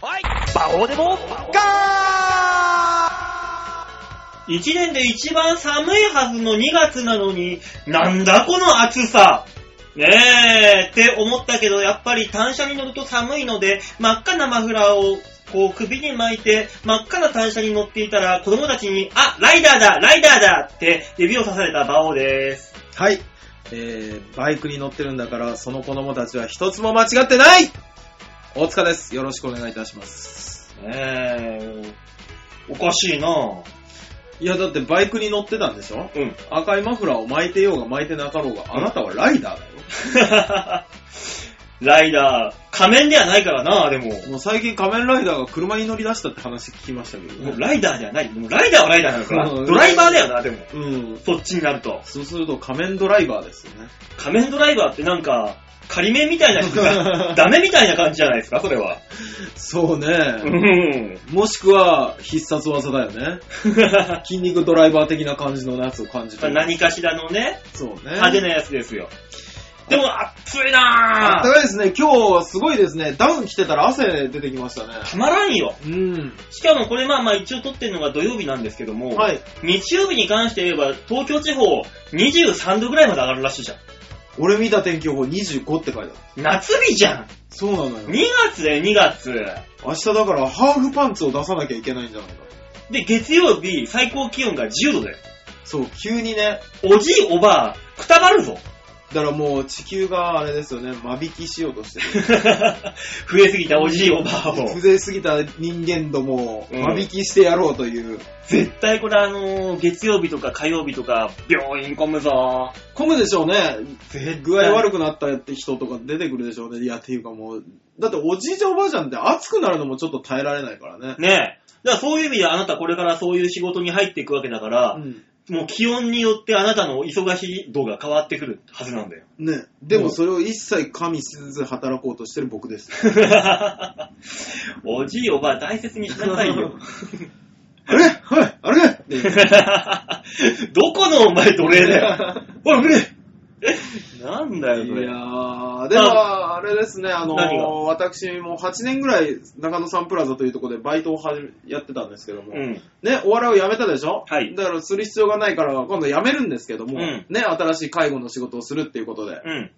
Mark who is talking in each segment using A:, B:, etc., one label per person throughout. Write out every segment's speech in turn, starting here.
A: こうでもガー
B: 一年で一番寒いはずの2月なのに、なんだこの暑さねえ、って思ったけど、やっぱり単車に乗ると寒いので、真っ赤なマフラーをこう首に巻いて、真っ赤な単車に乗っていたら、子供たちに、あ、ライダーだライダーだって指を刺された馬王です。
C: はい。えー、バイクに乗ってるんだから、その子供たちは一つも間違ってない大塚です。よろしくお願いいたします。
B: えー、おかしいなぁ。
C: いや、だってバイクに乗ってたんでしょ
B: うん。
C: 赤いマフラーを巻いてようが巻いてなかろうが、あなたはライダーだよ。
B: ライダー、仮面ではないからなぁ、でも。
C: もう最近仮面ライダーが車に乗り出したって話聞きましたけど
B: もう
C: ね。
B: ライダーじゃない。もうライダーはライダーなのか
C: う
B: ら。
C: ん
B: ドライバーだよな、でも。
C: うん。
B: そっちになると。
C: そうすると仮面ドライバーですよね。
B: 仮面ドライバーってなんか、仮面みたいな人 が、ダメみたいな感じじゃないですか、それは。
C: そう
B: う
C: ね。
B: ん。
C: もしくは、必殺技だよね。筋肉ドライバー的な感じのやつを感じてる。
B: 何かしらのね、
C: そうね。
B: 派手なやつですよ。でも、熱いな
C: あった
B: ぁ。
C: かいですね。今日、すごいですね。ダウン着てたら汗出てきましたね。
B: たまらんよ。
C: うん。
B: しかもこれまあまあ一応撮ってるのが土曜日なんですけども、
C: はい。
B: 日曜日に関して言えば東京地方23度ぐらいまで上がるらしいじゃん。
C: 俺見た天気予報25って書いてある。
B: 夏日じゃん
C: そうなのよ。
B: !2 月だよ、2月。
C: 明日だからハーフパンツを出さなきゃいけないんじゃないか。
B: で、月曜日最高気温が10度だよ。
C: そう、急にね。
B: おじいおばあ、くたばるぞ。
C: だからもう地球があれですよね、間引きしようとしてる。
B: 増えすぎたおじいおば あを。
C: 風情すぎた人間どもを
B: うん
C: 間引きしてやろうという。
B: 絶対これあのー月曜日とか火曜日とか病院混むぞ。
C: 混むでしょうね。
B: 絶
C: 具合悪くなったって人とか出てくるでしょうね。いや、っていうかもう、だっておじいちゃんおばあちゃんって暑くなるのもちょっと耐えられないからね。
B: ねえ。だからそういう意味であなたこれからそういう仕事に入っていくわけだから、
C: うん。
B: もう気温によってあなたの忙しい度が変わってくるはずなん だよ。
C: ね、で
B: う
C: も
B: ん
C: それを一切加味せず働こうとしてる僕です。
B: おじいおばあ大切にしなさい よ。
C: あれはい、あれって言う
B: どこのお前奴隷だよ。
C: ほら、見 れい
B: なんだよ、それ
C: や。ー、では、あれですね、あの
B: 何が
C: 私も8年ぐらい中野サンプラザというところでバイトをはじやってたんですけども、
B: うん。
C: ね、お笑いを辞めたでしょ
B: はい
C: だからする必要がないから、今度辞めるんですけども、
B: うん
C: ね、新しい介護の仕事をするっていうことで。
B: うん。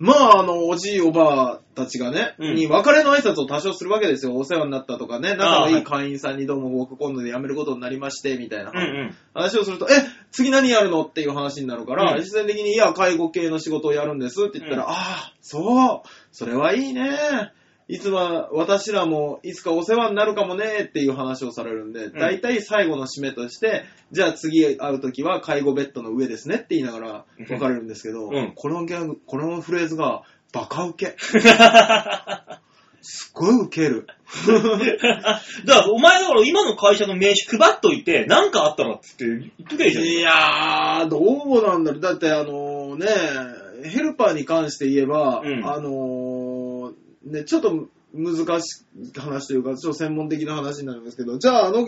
C: まあ、あの、おじいおばあたちがね、
B: うん
C: に別れの挨拶を多少するわけですよ。お世話になったとかね、仲の
B: あーはいい
C: い会員さんにどうも僕今度で辞めることになりまして、みたいな
B: うんうん。
C: 話をすると、え、次何やるのっていう話になるから、
B: うん
C: 必然的に、いや、介護系の仕事をやるんですって言ったら、
B: うん
C: ああ、そう、それはいいね。いつは私らもいつかお世話になるかもねっていう話をされるんで、
B: ん
C: 大体最後の締めとして、じゃあ次会うときは介護ベッドの上ですねって言いながら別れるんですけど、
B: うん
C: このギャグ、このフレーズがバカ ウケ。すごいウケる。
B: だから、お前だから今の会社の名刺配っといて、なんかあったらっつって言っとけばいいじゃん。
C: いやー、どうなんだろう。だって、あのね、ヘルパーに関して言えば、
B: うん
C: あのーね、ちょっと難しい話というか、ちょっと専門的な話になるんですけど、じゃあ、あの、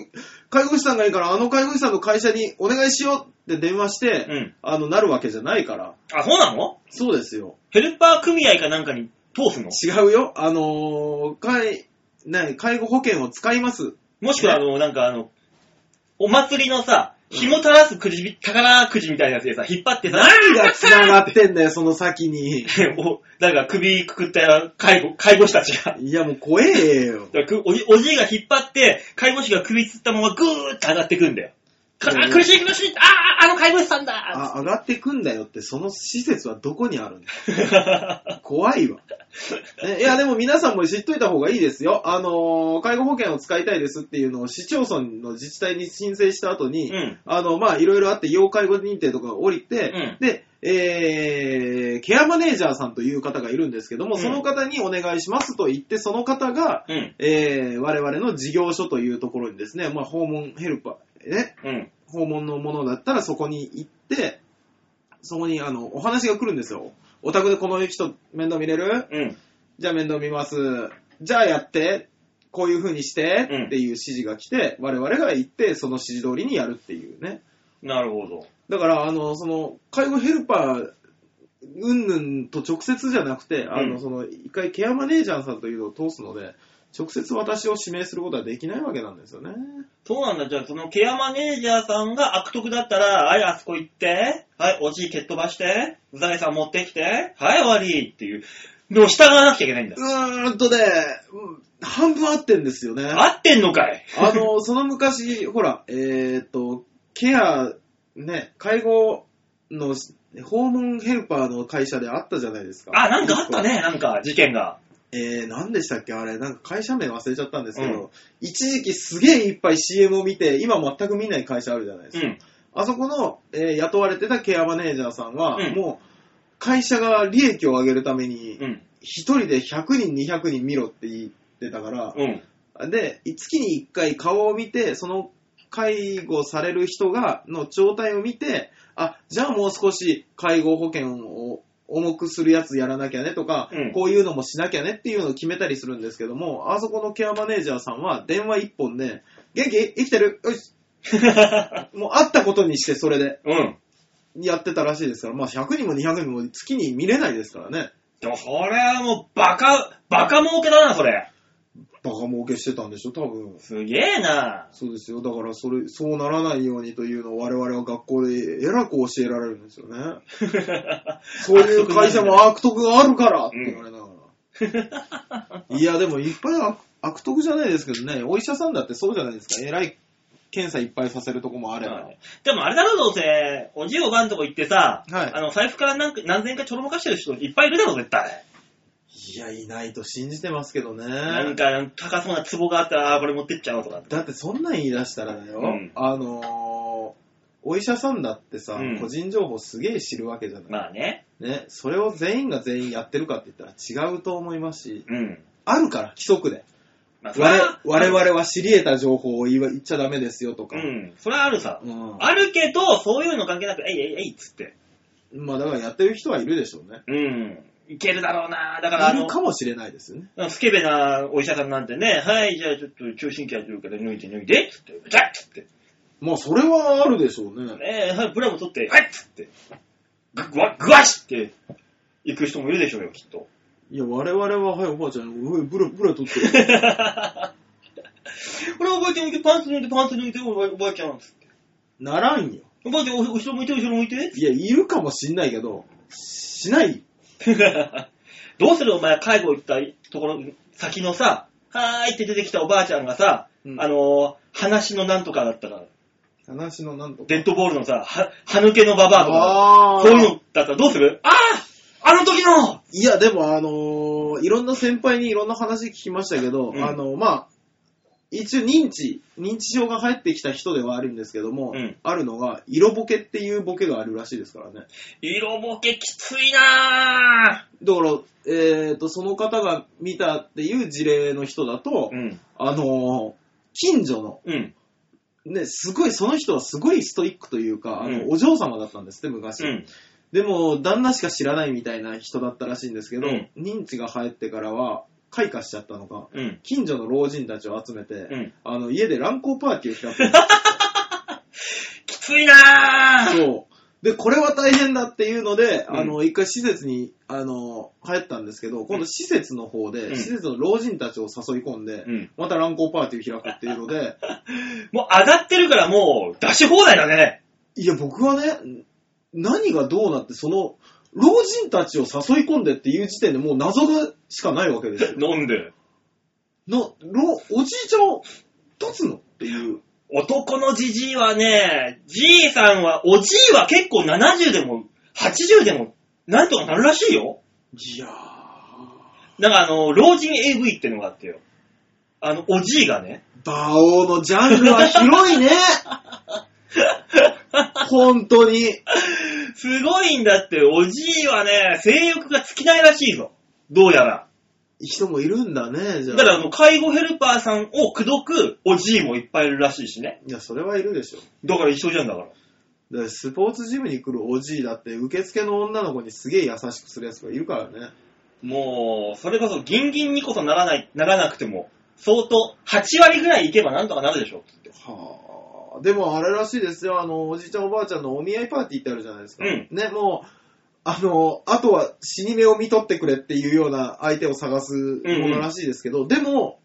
C: 介護士さんがいいから、あの介護士さんの会社にお願いしようって電話して、
B: うん
C: あの、なるわけじゃないから。
B: あ、そうなの
C: そうですよ。
B: ヘルパー組合かなんかに通すの
C: 違うよ。あのー介、ね、介護保険を使います。
B: もしくは、あの、なんかあの、お祭りのさ、紐垂らすくじ、宝くじみたいなやつでさ、引っ張ってさ、
C: 何が繋がってんだよ、その先に。
B: おなんか首くくった介護、介護士たちが。
C: いや、もう怖えよ。
B: だからくおじおじいが引っ張って、介護士が首つったままぐーって上がってくんだよ。か
C: う
B: あ、
C: ん
B: 苦しい苦しいあーあ、の介護士さんだ
C: あ、上がってくんだよって、その施設はどこにあるんだ怖いわ。 えいや、でも皆さんも知っといた方がいいですよ。あのー介護保険を使いたいですっていうのを市町村の自治体に申請した後 に、
B: うん
C: あの、まあ、いろいろあって、要介護認定とかが降りて、
B: うん
C: で、えー、ケアマネージャーさんという方がいるんですけども、
B: うん
C: その方にお願いしますと言って、その方が、
B: うん。
C: えー、我々の事業所というところにですね、まあ、訪問ヘルパー、ね、
B: うん。
C: 訪問のものだったらそこに行って、そこにあのお話が来るんですよ。お宅でこの人面倒見れる
B: うん。
C: じゃあ面倒見ます。じゃあやって。こういう風にして
B: うん
C: っていう指示が来て、我々が行って、その指示通りにやるっていうね。
B: なるほど。
C: だから、あの、その、介護ヘルパー、うんぬんと直接じゃなくて、あ
B: う
C: の、
B: ん
C: その、一回ケアマネージャーさんというのを通すので、直接私を指名することはできないわけなんですよね。
B: そうなんだ。じゃあ、そのケアマネージャーさんが悪徳だったら、はい、あそこ行って、はい、おじい蹴っ飛ばして、財産持ってきて、はい、終わりっていう。のを従わなきゃいけないんだ。
C: うーんとね、うん半分合ってんですよね。
B: 合ってんのか い
C: あの、その昔、ほら、えーっと、ケア、ね、介護の訪問ヘルパーの会社であったじゃないですか。
B: あ、なんかあったね、なんか、事件が。
C: えー、何でしたっけあれ、なんか会社名忘れちゃったんですけど、一時期すげえいっぱい CM を見て、今全く見ない会社あるじゃないです
B: う
C: か。
B: ん。
C: あそこの、えー雇われてたケアマネージャーさんは、
B: うん
C: もう、会社が利益を上げるために、
B: うん。
C: 一人で100人、200人見ろって言ってたから、
B: うん。
C: で、月に1回顔を見て、その介護される人が、の状態を見て、あ、じゃあもう少し介護保険を重くするやつやらなきゃねとか、
B: うん
C: こういうのもしなきゃねっていうのを決めたりするんですけども、あそこのケアマネージャーさんは電話1本で、元気生きてるよしもう会ったことにしてそれで
B: うん。
C: やってたらしいですから、まあ100人も200人も月に見れないですからね。
B: でも、それはもう、バカ、バカ儲けだな、それ。
C: バカ儲けしてたんでしょ、多分。
B: すげえな。
C: そうですよ。だから、それ、そうならないようにというのを我々は学校でえらく教えられるんですよ ね。そういう会社も悪徳があるからって言われながら。いや、でもいっぱい悪悪徳じゃないですけどね、お医者さんだってそうじゃないですか。えらい検査いっぱいさせるとこもあれば。
B: でもあれだろ、どうせ、おじいおばんとこ行ってさ、
C: はい
B: あの、財布から何か何千かちょろまかしてる人いっぱいいるだろ、絶対。
C: いや、いないと信じてますけどね。
B: なんか、高そうな壺があったら、あーこれ持ってっちゃおうとか。
C: だってそんなん言い出したらだよ、
B: うん
C: あのーお医者さんだってさ、
B: うん
C: 個人情報すげえ知るわけじゃない。
B: まあね。
C: ね、それを全員が全員やってるかって言ったら違うと思いますし、
B: うん。
C: あるから、規則で。
B: まあ、それ
C: 我
B: は
C: 我々は知り得た情報を言わ言っちゃダメですよとか。
B: うん。それはあるさ。
C: うん
B: あるけど、そういうの関係なく、えいえいえいっつって。
C: まあだからやってる人はいるでしょうね。
B: うん。いけるだろうな。だから、あ
C: いる
B: の、
C: かもしれないですよね。
B: スケベなお医者さんなんてね、はい、じゃあちょっと中心筋というから脱いで脱いで、つって、じゃっつって、
C: まあそれはあるでしょうね。
B: ねはい、ブラも取って、はいっつって、ぐわ、ぐわしって、行く人もいるでしょうよ、 きっと。
C: いや、我々は、はい、おばあちゃん、おい、ブラ、ブラ取ってる。
B: 俺おばあちゃん向け、パンツ脱いで、パンツ脱いで、おばおばあちゃん、つって。
C: ならんよ。
B: おばあちゃん、お後ろ向いて、後ろ向いて。
C: いや、いるかもしんないけど、しない。
B: どうするお前、介護行ったところ、先のさ、はーいって出てきたおばあちゃんがさ、
C: うん
B: あのー、話のなんとかだったから、
C: 話のなんとか。
B: デッドボールのさ、は、歯抜けのババアとか。
C: あ
B: そういうのだったらどうするあああの時の
C: いや、でも、あのーいろんな先輩にいろんな話聞きましたけど、
B: うん
C: あのまあ、一応認知、認知症が入ってきた人ではあるんですけども、
B: うん
C: あるのが、色ボケっていうボケがあるらしいですからね。
B: 色ボケきついな
C: だから、えっ、と、その方が見たっていう事例の人だと、
B: ぁうん。
C: あのー近所の、
B: うん。
C: ね、すごい、その人はすごいストイックというか、あの、
B: うん
C: お嬢様だったんですって、昔。
B: うん。
C: でも、旦那しか知らないみたいな人だったらしいんですけど、
B: うん
C: 認知が入ってからは、開花しちゃったのか、
B: うん。
C: 近所の老人たちを集めて、
B: うん
C: あの家で乱交パーティーを開く。
B: きつい なぁ
C: そう。で、これは大変だっていうので、
B: うん
C: あの、一回施設に、あの、帰ったんですけど、今度施設の方で、
B: うん
C: 施設の老人たちを誘い込んで、
B: うん。
C: また乱交パーティーを開くっていうので、
B: もう上がってるからもう出し放題だね。
C: いや、僕はね、何がどうなって、その、老人たちを誘い込んでっていう時点でもう謎がしかないわけですよ。
B: 飲んで。
C: の、ろ、おじいちゃんを立つのっていう。
B: 男のじじいはね、じいさんは、おじいは結構70でも、80でも、なんとかなるらしいよ。
C: いやー。
B: なんかあの、老人 AV ってのがあってよ。あの、おじいがね。
C: 馬王のジャンルは広いね本当に。
B: すごいんだって、おじいはね、性欲が尽きないらしいぞ。どうやら。
C: 人もいるんだね、じゃ
B: だ
C: あ。
B: から、あの、介護ヘルパーさんを口説くおじいもいっぱいいるらしいしね。
C: いや、それはいるでしょ。
B: だから一緒じゃんだから。
C: だからスポーツジムに来るおじいだって、受付の女の子にすげえ優しくするやつがいるからね。
B: もう、それこそギンギンにこそならない、ならなくても、相当、8割ぐらいいけばなんとかなるでしょ。
C: はあ。でもあれらしいですよ、あの、おじいちゃんおばあちゃんのお見合いパーティーってあるじゃないですか。
B: うん
C: ね、もう、あの、あとは死に目を見とってくれっていうような相手を探すものらしいですけど、でも、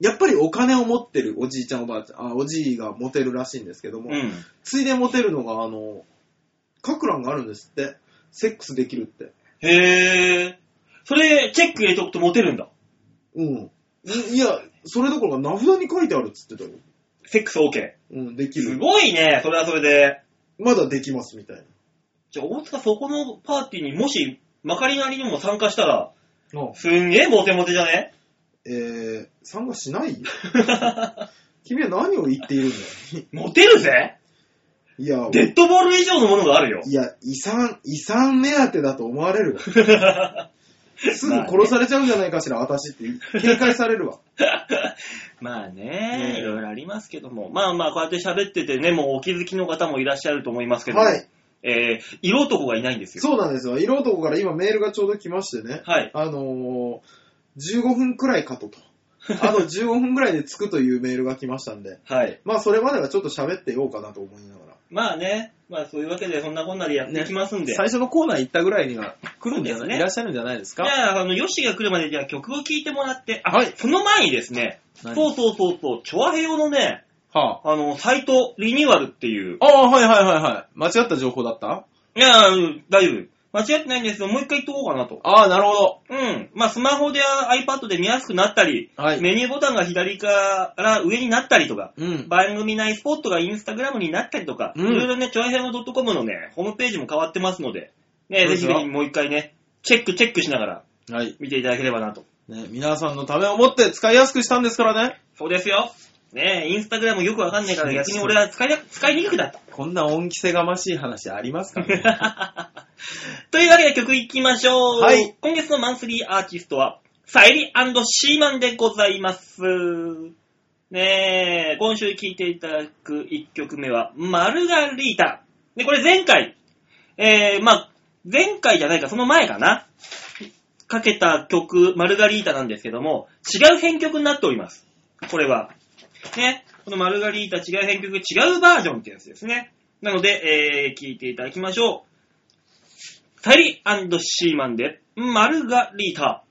C: やっぱりお金を持ってるおじいちゃんおばあちゃん、あおじいがモテるらしいんですけども、
B: うん。
C: ついでモテるのが、あの、かく乱があるんですって。セックスできるって。
B: へえ。それ、チェック入れとくとモテるんだ。
C: うん。いいや、それどころか名札に書いてあるっつってたよ。
B: セックス OK。
C: うん、でき
B: す
C: る。
B: ごいね、それはそれで。
C: まだできますみたいな。
B: じゃあ、大塚そこのパーティーにもし、まかりなりにも参加したら、
C: あ
B: すんげえモテモテじゃね
C: えー、参加しないよ 君は何を言っているんだよ。
B: モテるぜ
C: いや、
B: デッドボール以上のものがあるよ。
C: いや、遺産、遺産目当てだと思われるわ。 すぐ殺されちゃうんじゃないかしら、私って。警戒さ れるわ。
B: まあ
C: ね
B: ね、
C: え
B: いろいろありますけども。まあまあ、こうやって喋っててね、もうお気づきの方もいらっしゃると思いますけど、
C: はい。
B: えー、色男がいないんですよ。
C: そうなんですよ。色男から今メールがちょうど来ましてね。
B: はい。
C: あのー、15分くらいか とと。あと15分くらいで着くというメールが来ましたんで。
B: はい。
C: まあ、それまではちょっと喋ってようかなと思いながら。
B: まあね、まあそういうわけで、そんなこんなでやっていきますんで。
C: 初のコーナー行ったぐらいには来
B: そうですね
C: っしゃるんじゃないです
B: じゃあ、あの、ヨッシーが来るまで、じゃあ曲を聴いてもらって、あ、
C: はい
B: その前にですね、そう
C: 何
B: そうそうそう、チョアヘヨのね、
C: は
B: あの、サイトリニューアルっていう、
C: あ。ああ、はいはいはいはい。間違った情報だった
B: いや、うん大丈夫。間違ってないんですけど、もう一回言っとこうかなと。
C: ああ、なるほど。
B: うん。まあ、スマホで iPad で見やすくなったり、
C: はい。
B: メニューボタンが左から上になったりとか、
C: うん。
B: 番組内スポットがインスタグラムになったりとか、
C: うん
B: いろいろね、ちょいへんの .com のね、ホームページも変わってますので、ね、
C: そう
B: ぜ
C: で
B: ひ
C: す
B: ぜ
C: よ
B: ひもう一回ね、チェックチェックしながら
C: はい。
B: 見ていただければなと。
C: ね、皆さんのためをもって使いやすくしたんですからね。
B: そうですよ。ねインスタグラムよくわかんないから逆に俺は使いな使いにくくなった。
C: こんな恩着せがましい話ありますか
B: というわけで曲いきましょう。
C: はい
B: 今月のマンスリーアーティストは、サエリシーマンでございます。ねえ、今週聴いていただく1曲目は、マルガリータ。で、これ前回、えー、まあ、前回じゃないか、その前かな。かけた曲、マルガリータなんですけども、違う編曲になっております。これは。ね、このマルガリータ違う編曲、違うバージョンってやつですね。なので、えー、聴いていただきましょう。サリーシーマンで、マルガリータ。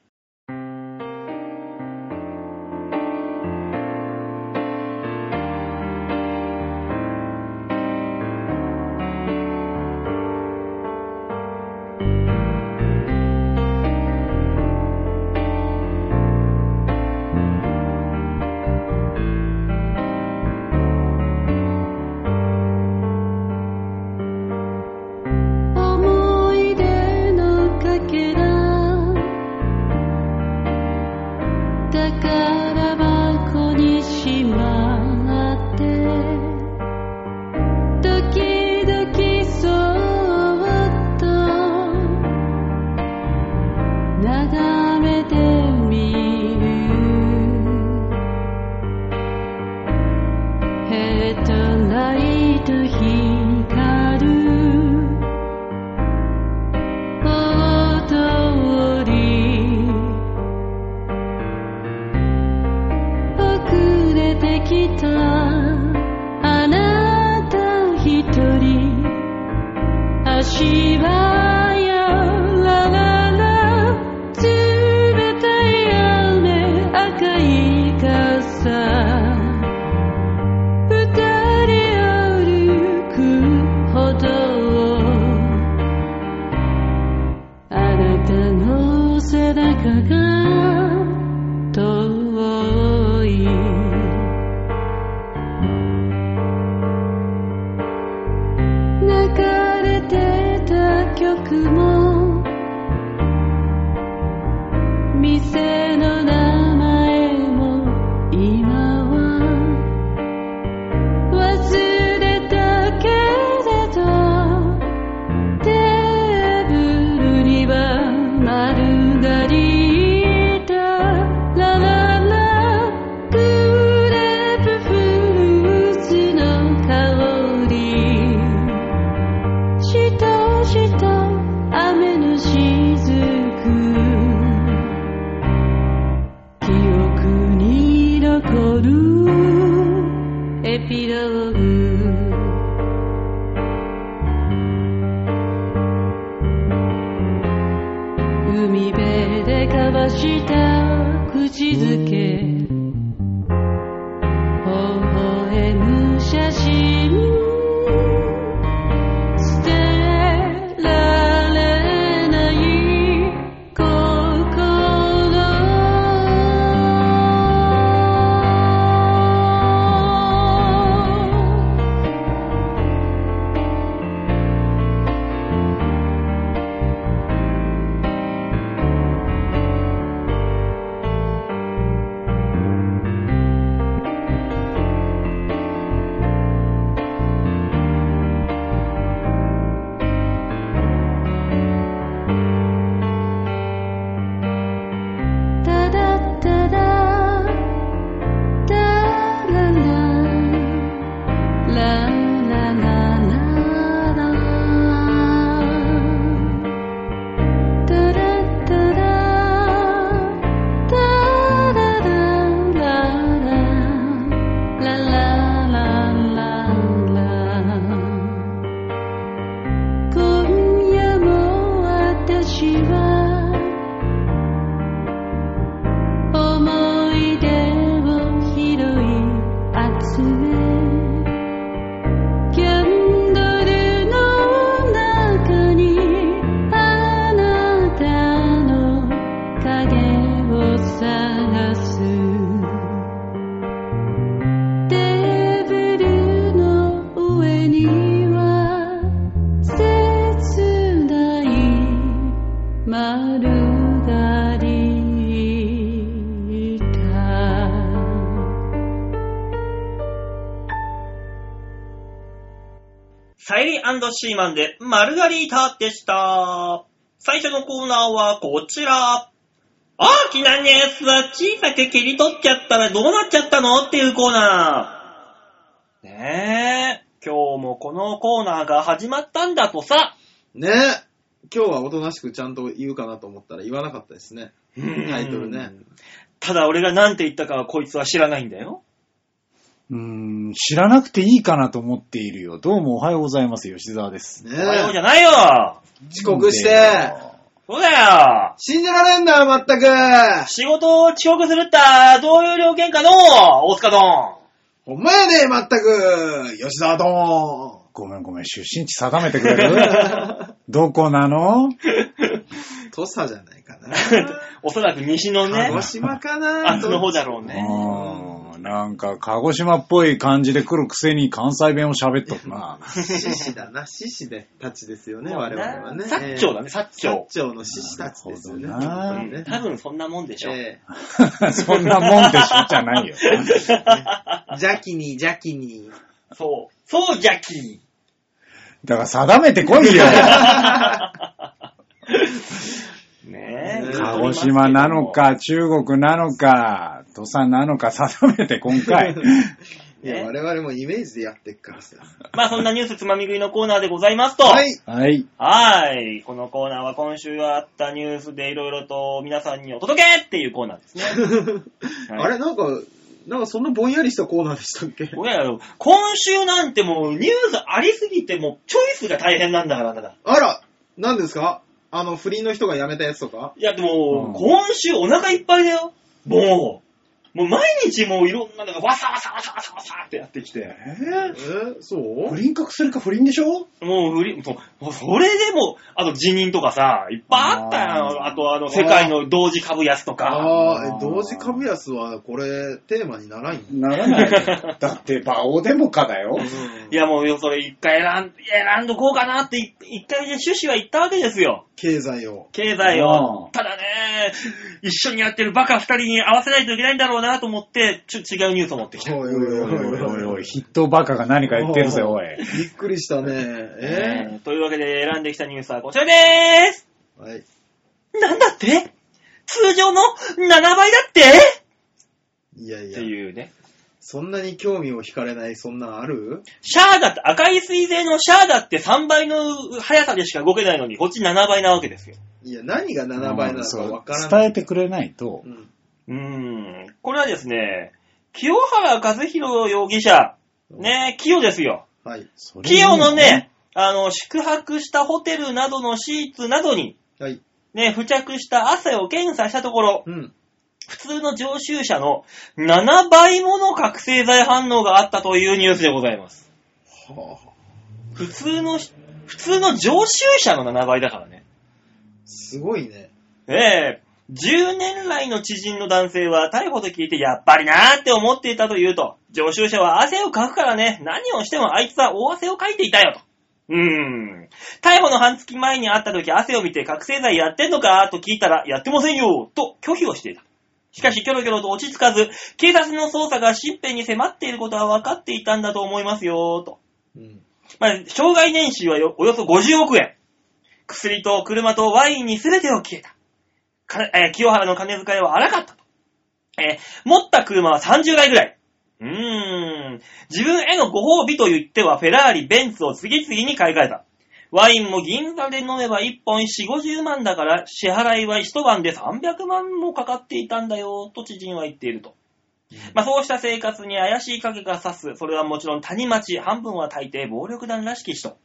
A: 思い出のかけら宝箱にしまって時々そっと眺めてみるヘッドライト光る大通り遅れてきたあなた一人足はやららら冷たい雨赤い傘二人歩く歩道あなたの背中が遠い流れてた曲も店の名前も今は「忘れたけれど」「テーブルにはマルガリータ」「ラララ」「グレープフルーツの香り」「しとしと雨のしずく」「記憶に残る」エピローグ海辺で交わした口づけ私は思い出を拾い集めキャンドルの中にあなたの影を探すテーブルの上には切ない丸がいた
B: サイリーシーマンでマルガリータでした。最初のコーナーはこちら。大きなニュースは小さく切り取っちゃったらどうなっちゃったのっていうコーナー。ねえ、今日もこのコーナーが始まったんだとさ。
C: ね今日はおとなしくちゃんと言うかなと思ったら言わなかったですね。タイトルね。
B: ただ俺が何て言ったかはこいつは知らないんだよ。
D: うーん、知らなくていいかなと思っているよ。どうもおはようございます。吉沢です。
C: ね
B: おはようじゃないよ
C: 遅刻して
B: そうだよ
C: 信じられんな、まったく
B: 仕事を遅刻するったどういう条件かの大塚丼
C: ほんまやね、まったく吉沢ど
D: ごめんごめん、出身地定めてくれ るどこなの
C: ーん土佐じゃないか な。
B: おそらく西のね
C: 鹿、児島かな
B: あっちの方だろうね。
D: うーんなんか、鹿児島っぽい感じで来るくせに関西弁を喋っとるな。
C: 獅子だな、獅子で、たちですよね、我々はね。
B: 薩長だね、薩長。
C: 長の獅子たちですよね。
D: なるほどな
C: 本当にね
B: 多分そんなもんでしょ。
C: え
D: そんなもんでしょじゃないよ。
C: え邪気に邪気に。
B: そう。そうじゃき。
D: だから定めてこいよ。
B: ねえ。
D: 鹿児島なの。か、中国なのか、土佐なのか定めて今 回。
C: いや、我々もイメージでやってっからさ。
B: まあそんなニュースつまみ食いのコーナーでございますと。
C: はい。
D: はい。
B: はーい。このコーナーは今週あったニュースでいろいろと皆さんにお届けっていうコーナーですね。 はい
C: あれ、なんか、なんかそんなぼんやりしたコーナーでしたっけ
B: 僕ら今週なんてもうニュースありすぎてもうチョイスが大変なんだから、ただ。
C: あら、何ですかあの、不倫の人が辞めたやつとか
B: いや、でも、
D: うん
B: 今週お腹いっぱいだよ。もう、もう毎日もういろんなのがわさわさわさわさわさってやってきて。
D: え
C: えー、そう
D: 倫隠せるか不倫でしょ
B: もう不倫、そうそれでも、あと辞任とかさ、いっぱいあったよ。
D: あ
B: あ
D: ー
B: とあの、世界の同時株安とか。
C: ああ
D: あー
C: ー、同時株安はこれ、テーマにならんよ。
D: ならないよ。 だって、馬王でもかだよ。
B: いや、もうよ、それ一回選ん、選んどこうかなって、い一回で趣旨は言ったわけですよ。
C: 経済を。
B: 経済を
D: う。ん
B: ただね、一緒にやってるバカ二人に合わせないといけないんだろうなと思って、ちょ違うニュースを持ってきた。
C: おい
D: お
C: おい
D: い
C: お
D: おい
C: いおいお
D: お
C: い
D: いおい、ヒットバカが何か言ってるぜ、おい。
C: びっくりしたね。え
B: というわけで選んできたニュースはこちらでーす。
C: ー、はい。
B: なんだって通常の7倍だって
C: いやい
B: って
C: や、
B: いうね。
C: そんなに興味を惹かれない、そんなんある
B: シャーだって、赤い水星のシャーだって3倍の速さでしか動けないのに、こっち7倍なわけですよ。
C: いや、何が7倍なのか
D: そう
C: わからない。
D: 伝えてくれないと
C: う、ん
B: うーん。これはですね、清原和弘容疑者。ね、清ですよ。
C: はい。
D: それ
B: 清のね、あの、宿泊したホテルなどのシーツなどに、
C: はい。
B: ね、付着した汗を検査したところ、
C: うん。
B: 普通の常習者の7倍もの覚醒剤反応があったというニュースでございます。
C: はあ、
B: 普通のし、普通の常習者の7倍だからね。
C: すごいね。
B: ええ10年来の知人の男性は逮捕と聞いてやっぱりなーって思っていたというと、常習者は汗をかくからね、何をしてもあいつは大汗をかいていたよと。うーん。逮捕の半月前に会った時汗を見て覚醒剤やってんのかと聞いたら、やってませんよと拒否をしていた。しかし、キョロキョロと落ち着かず、警察の捜査が身辺に迫っていることは分かっていたんだと思いますよ、と。
C: うん。
B: まあ、障害年収はよおよそ50億円。薬と車とワインに全てを消えた。かえー清原の金遣いは荒かったと。えー持った車は30台ぐらい。うーん。自分へのご褒美と言ってはフェラーリ、ベンツを次々に買い替えた。ワインも銀座で飲めば1本4、50万だから支払いは一晩で300万もかかっていたんだよ、と知人は言っていると。まあ、そうした生活に怪しい影が差す。それはもちろん谷町、半分は大抵暴力団らしき人。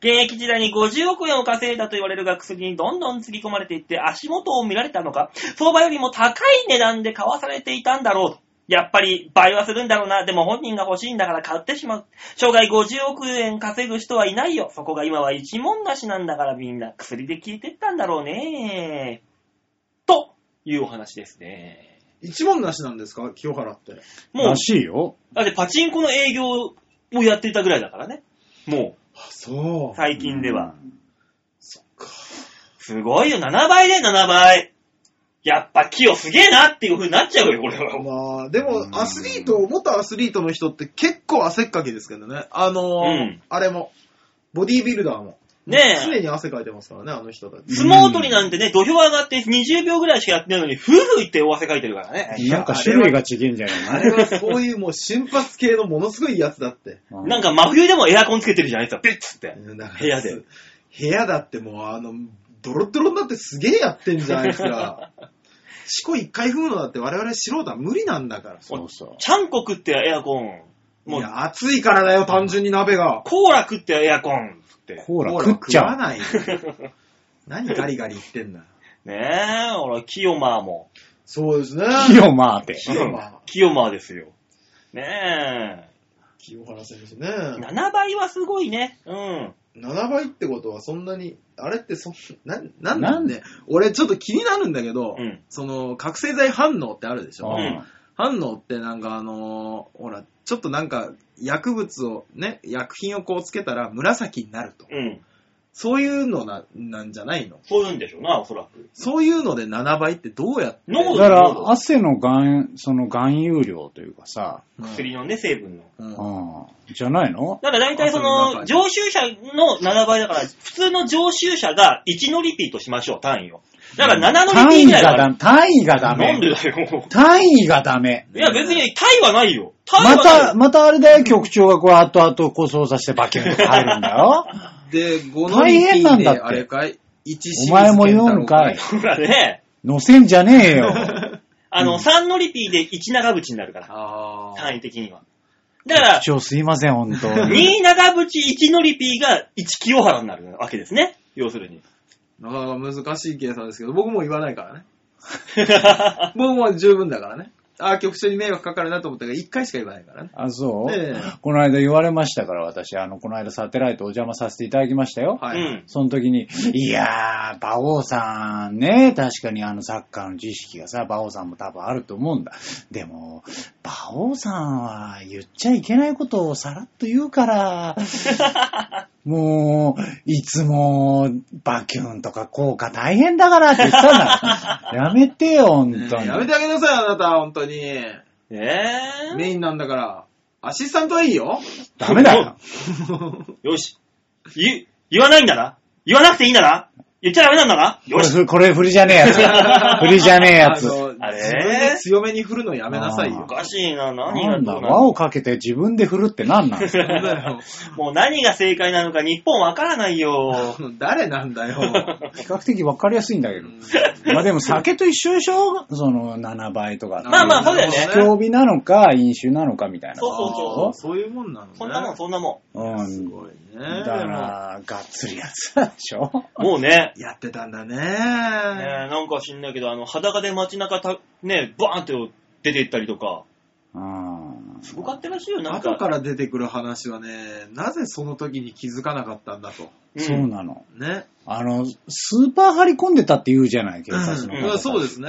B: 現役時代に50億円を稼いだと言われる学生にどんどんつぎ込まれていって足元を見られたのか、相場よりも高い値段で買わされていたんだろうと。やっぱり倍はするんだろうな。でも本人が欲しいんだから買ってしまう。生涯50億円稼ぐ人はいないよ。そこが今は一文なしなんだからみんな薬で効いてったんだろうね。というお話ですね。
C: 一問なしなんですか清原って。
B: もう
D: ら、しいよ。
B: だってパチンコの営業をやっていたぐらいだからね。も、
C: あ、そう
B: 最近では。
C: そっか。
B: すごいよ、7倍で7倍。やっぱ、キヨすげえなっていう風になっちゃうよ、これは。
C: まあ、で
D: う
C: も、
D: ん
C: アスリート、元アスリートの人って結構汗っかきですけどね。あのー
B: うん
C: あれも、ボディービルダーも。
B: ねえ
C: 常に汗かいてますからね、あの人たち。
B: 相撲取りなんてね、土俵上がって20秒ぐらいしかやってないのに、ふふいってお汗かいてるからね。
C: いや
D: なんか種類が違えんじゃ
C: あ
D: ない
C: れはそういうもう瞬発系のものすごいやつだって。
D: の
B: なんか真冬でもエアコンつけてるじゃないですか、ピッつって。
C: うんだから
B: 部屋で
C: 部屋だってもう、あの、ドロッドロになってすげえやってんじゃん、あいつら。思考一回踏むのだって我々素人は無理なんだから。
D: そうそう。
B: ちゃんこ食ってエアコン。も、
C: いうや、暑いからだよ、単純に鍋が。
B: コーラ食ってエアコン。つって。
D: コーラ
C: コー
D: 食っち
C: わ
D: ゃう。
C: ないよ。 何ガリガリ言ってんだ。
B: ねえ、ほら、キヨマーも。
C: そうですね。
D: いいよ、まあって。
B: キヨマー
C: ー。
B: キヨマーですよ。ね
C: 清原選手
B: え。
C: ね。
B: 7倍はすごいね。うん。
C: 7倍ってことはそんなに、あれってそんな、なん
D: な
C: なんんで、俺ちょっと気になるんだけど、
B: うん
C: その、覚醒剤反応ってあるでしょ、
B: うん
C: 反応ってなんかあのーほら、ちょっとなんか薬物をね、薬品をこうつけたら紫になると。
B: うん。
C: そういうのな、なんじゃないの
B: そういうんでしょうな、おそらく。
C: そういうので7倍ってどうやって
B: 濃
D: だ
B: 度
D: か
B: 濃
D: ら、
B: 度
D: 汗の含、その含有量というかさ、
B: 薬のね、成分の。
C: うん
D: うん、じゃないの
B: だから大体その、
C: 汗の
B: 常習者の7倍だから、普通の常習者が1ノリピーとしましょう、単位を。だから7ノリ
D: 単
B: ピー
D: 位
B: ぐらいだ
D: が
B: から
D: ダメ。単位が
B: な
D: ダ
B: んで
D: メ。
B: だよ。
D: 単位がダメ。
B: いや、別に、タイはないよ。タイ
D: ま
B: はないよ
D: た、またあれだよ、局長がこう、後々こう操作してバキュンと入るんだよ。
C: で、5の
D: 大変なんだって
C: であれかい ?1
D: お前も言うんかい。
B: ほらね、
D: 乗せんじゃねえよ。
B: あ
D: う
B: の、
D: ん
B: 3ノリピーで1長渕になるから、
C: ああ。
B: 単位的には。だから、
D: 局長すいません、本当に。
B: 2長渕1ノリピーが1清原になるわけですね。要するに。
C: なかなか難しい計算ですけど、僕もう言わないからね。僕も十分だからね。ああ、局長に迷惑かかるなと思ったから、一回しか言わないからね。
D: あ、そう、
C: ええ
D: この間言われましたから、私、あの、この間サテライトお邪魔させていただきましたよ。
B: う
C: はい。
B: ん。
D: その時に、いやー、馬王さんね、確かにあのサッカーの知識がさ、馬王さんも多分あると思うんだ。でも、馬王さんは言っちゃいけないことをさらっと言う から、もう、いつも、バキュンとか効果大変だからって言ったん だ。やめてよ、本
C: ね
D: 当に。
C: やめてあげなさい、あなた、本当に。
B: ねえ。
C: メインなんだから。アシスタントはいいよ。
D: ダメだよ。
B: よし。言、言わないんだな。言わなくていいんだな。言っちゃダメなんだな。
D: こ
B: よ
D: れ
B: し。
D: ふ、これ振りじゃねえやつ。振りじゃねえやつ。
C: の
B: あれ
C: 自分で強めに振るのやめなさい
D: あ
B: お
C: よ。
B: かしいな。何
D: な
B: が
D: ん
B: ど
D: だ、
B: うな
D: 輪
B: の
D: をかけて自分で振るって何なんだ
C: なんだよ
B: もう何が正解なのか日本わからない よ。
C: 誰なんだ よ。
D: 比較的わかりやすいんだけど。まあでも酒と一緒でしょその7倍とか。
B: まあまあそうだよね
C: なるほど
D: 興味なのか、飲酒なのかみたいな。
B: そうそうそう
C: あーそういうもんなのね。
B: そんなもん、そんなも
D: う
C: す
D: ん。
C: ごいね。
D: だから、がっつりやつなんでしょ
B: ん。もうね。
C: やってたんだね。
B: ねえなんか知んないけど、あの、裸で街中た、ね、バーンって出て行ったりとか、
D: うん。
B: すごかったらしいよ、なん
C: 後
B: か。
C: から出てくる話はね、なぜその時に気づかなかったんだと。
B: ん
D: そうなの。
C: ね。
D: あの、スーパー張り込んでたって言うじゃない、警
B: ん
D: 察の方
C: う
D: 々
C: んそうですね。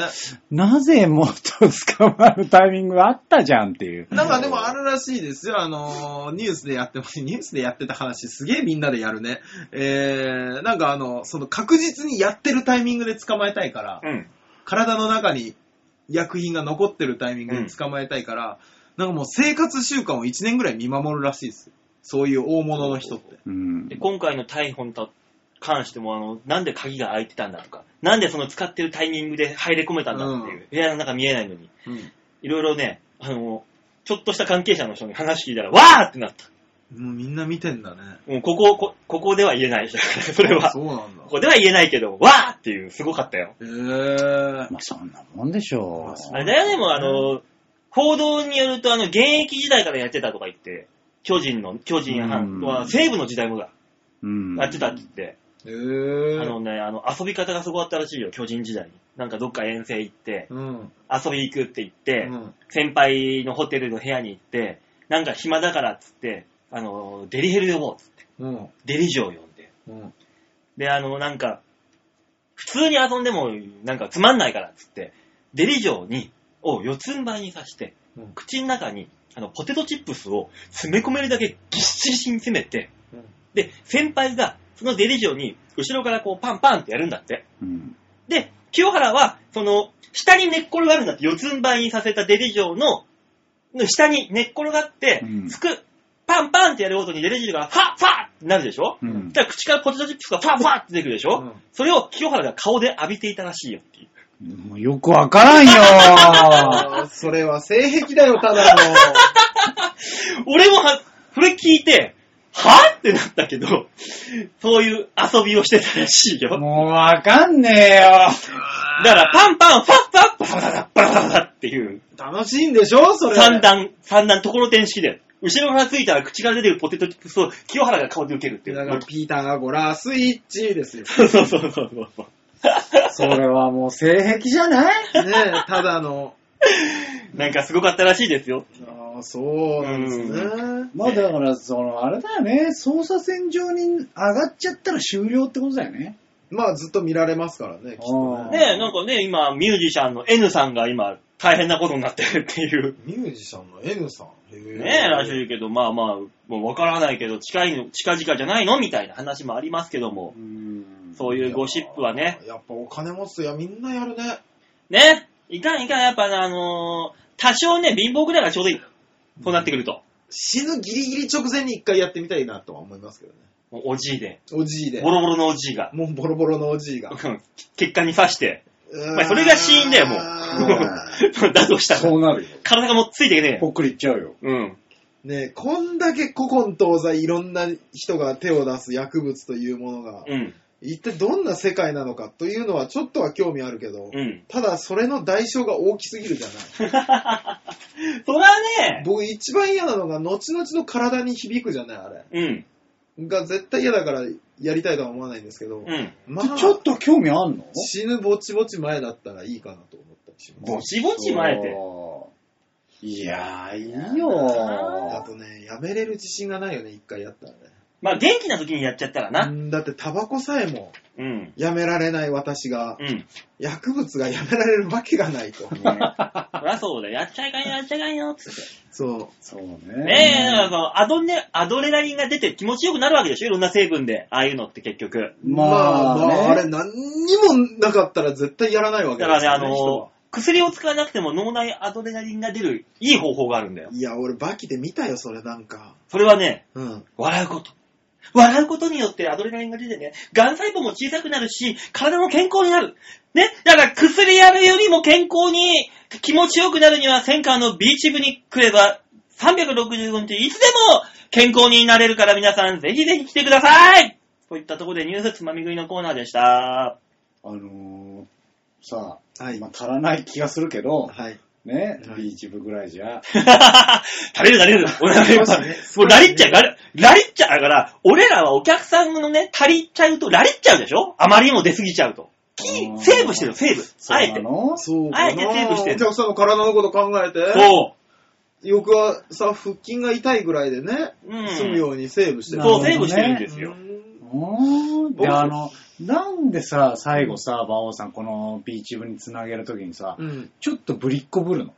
D: なぜもっと捕まるタイミングがあったじゃんっていう。
C: なんかでもあるらしいですよ。あのー、ニュースでやってます。 ニュースでやってた話、すげえみんなでやるね。えー、なんかあの、その確実にやってるタイミングで捕まえたいから、
B: うん。
C: 体の中に薬品が残ってるタイミングで捕まえたいから、なんかもう生活習慣を1年ぐらい見守るらしいですよ。そういう大物の人って。
D: うん
B: で。今回の逮捕にた関しても、あの、なんで鍵が開いてたんだとか、なんでその使ってるタイミングで入れ込めたんだっていう、部屋の中見えないのに、いろいろね、あの、ちょっとした関係者の人に話聞いたら、わーってなった。
C: もうみんな見てんだね。
B: もうここ、こ、ここでは言えない。それは。
C: そうなんだ
B: こ。こでは言えないけど、わーっていう、すごかったよ。
C: えー。
D: まあそんなもんでしょ。
C: まあそう
B: あれだよね、もうあの、報道によると、あの、現役時代からやってたとか言って、巨人の、巨人
D: うん
B: は、西武の時代もだ。
D: うん。
B: あっちだっつって。
C: へ
B: あ
C: ぇ
B: のね、あの、遊び方がすごかったらしいよ、巨人時代に。なんかどっか遠征行って、
C: うん。
B: 遊び行くって言っ
C: う
B: て、
C: ん。
B: 先輩のホテルの部屋に行って、なんか暇だからっつって、あの、デリヘル呼ぼうっつって、
C: うん。
B: デリ嬢呼んで。
C: うん。
B: で、あの、なんか、普通に遊んでも、なんかつまんないからっつって、デリ嬢に、を四つん這いに刺して、
C: うん
B: 口の中に、あの、ポテトチップスを詰め込めるだけぎっしりに詰めて、
C: うん
B: で、先輩が、そのデリ嬢に、後ろからこう、パンパンってやるんだって。
D: うん。
B: で、清原は、その、下に寝っ転がるんだって、四つん這いにさせたデリ嬢の、の下に寝っ転がって
D: うん、
B: つく、パンパンってやるごとにデリ嬢が、ファッファッってなるでしょ、
D: う
B: そ
D: ん
B: し。たら口からポテトチップスがファッファッって出てくるでしょ、
C: うん
B: それを清原が顔で浴びていたらしいよっていう。
D: もうよくわからん よ
C: あーそれは性癖だよ、ただの。
B: 俺もは、それ聞いて、はぁってなったけど、そういう遊びをしてたらしいよ。
D: もうわかんねえよ
B: だから、パンパン、ファッファッ、バラバラバラバラバラっていう、
C: 楽しいんでしょそれ。
B: 三段、三段ところてん式で、後ろからついたら口から出てるポテトチップスを清原が顔で受けるってい
C: だから、
B: う。
C: ピーターゴラスイッチですよ。
B: そうそうそうそうそう。
D: それはもう性癖じゃない
C: ねえ、ただ の。
B: なんかすごかったらしいですよ。
C: ああ、そうなんですね。
D: まあだから、その、あれだよね、捜査線上に上がっちゃったら終了ってことだよね。
C: まあ、ずっと見られますからね、きっとね。
B: ねえ、なんかね、今、ミュージシャンの N さんが今、大変なことになってるって いう。
C: ミュージシャンの N さん。へえ
B: ねえ、らしいけど、まあまあ、もうわからないけど、近いの、近々じゃないのみたいな話もありますけども、
D: うん
B: そういうゴシップはね、。
C: やっぱお金持つやみんなやるね。
B: ね、いかんいかん、やっぱねあのー多少ね、貧乏ぐらいがちょうどいい。そうなってくると。
C: 死ぬギリギリ直前に一回やってみたいなとは思いますけどね。
B: もうおじいで、
C: おじいで
B: ボ。ロボロのおじいが、
C: もうボロボロの おじいが。
B: うん結果に刺して、
C: ま
B: あそれが死因だよもうだとしたら、
D: そうなるよ。
B: 体がもうついていけねえ
D: ぽっくりいっちゃうよ。
B: うん。
C: ねえ、こんだけ古今東西いろんな人が手を出す薬物というものが、
B: うん。
C: 一体どんな世界なのかというのはちょっとは興味あるけど、
B: うん。
C: ただそれの代償が大きすぎるじゃな
B: そら
C: い。
B: ね、
C: 僕一番嫌なのが、後々の体に響くじゃない、あれ。
B: うん。
C: が絶対嫌だからやりたいとは思わないんですけど、
B: うん。
C: まあ、
D: ちょっと興味あんの
C: 死ぬぼちぼち前だったらいいかなと思ったりします。
B: ぼちぼち前で。
D: いやー、いいよ
C: あとね、やめれる自信がないよね、一回やったらね。
B: まあ元気な時にやっちゃったら
C: う
B: な。
C: んだってタバコさえも
B: うん。
C: やめられない私が、
B: うん。
C: 薬物がやめられるわけがないと。
B: そらそうだよ。やっちゃいかんよ、やっちゃいかんよ、つって。
C: そう。
D: そう
B: ねえ、だから
D: ね。
B: そのアドネ、アドレナリンが出て気持ちよくなるわけでしょいろんな成分で、ああいうのって結局。
C: ま
D: ま
C: あ、
D: あ
C: まあ、
D: ね
C: あれ何にもなかったら絶対やらないわ
B: だ
C: け
B: か
C: で
B: ら
C: す
B: ね、あ
C: よね、人
B: の
C: は、
B: 薬を使わなくても脳内アドレナリンが出るいい方法があるんだよ。
C: いや、俺バキで見たよ、それなんか。
B: それはね、
C: うん。
B: 笑うこと。笑うことによってアドレナリンが出てね、癌細胞も小さくなるし、体も健康になる。ね、だから薬やるよりも健康に気持ちよくなるには、センカーのビーチ部に来れば、365日いつでも健康になれるから皆さんぜひぜひ来てくださいといったところでニュースつまみ食いのコーナーでした。
D: あのー、さ
C: はい。
D: まあ、足らない気がするけど、
C: はい。
D: ね、
C: はい
D: ビーチ部ぐらいじゃ、
B: 食べる食 べる。俺ら
C: そうです
B: も
C: ね
B: うラリっちゃうから、ラリっちゃうから、俺らはお客さんのね、足りちゃうとラリっちゃうでしょあまりにも出過ぎちゃうと。き
D: うん
B: セーブしてるよ、セーブ。
D: そう
B: あえ
D: な
B: て。
D: の
C: そうか
B: あ
C: な。
B: えてセーブして
C: お
B: んの
C: 客さんの体のこと考えて。
B: そ
C: よくはさ、腹筋が痛いぐらいでね、
B: う。うん。
C: 済むようにセーブして
D: な
C: る。
D: るほ
B: そう、セ
D: どね
B: ーブしてるんですよ
C: う。ん
D: うーんで、
C: 僕
D: あの、なんでさ、最後さ、馬王さん、このビーチ部につなげるときにさ、
C: うん。
D: ちょっとぶりっこぶるの。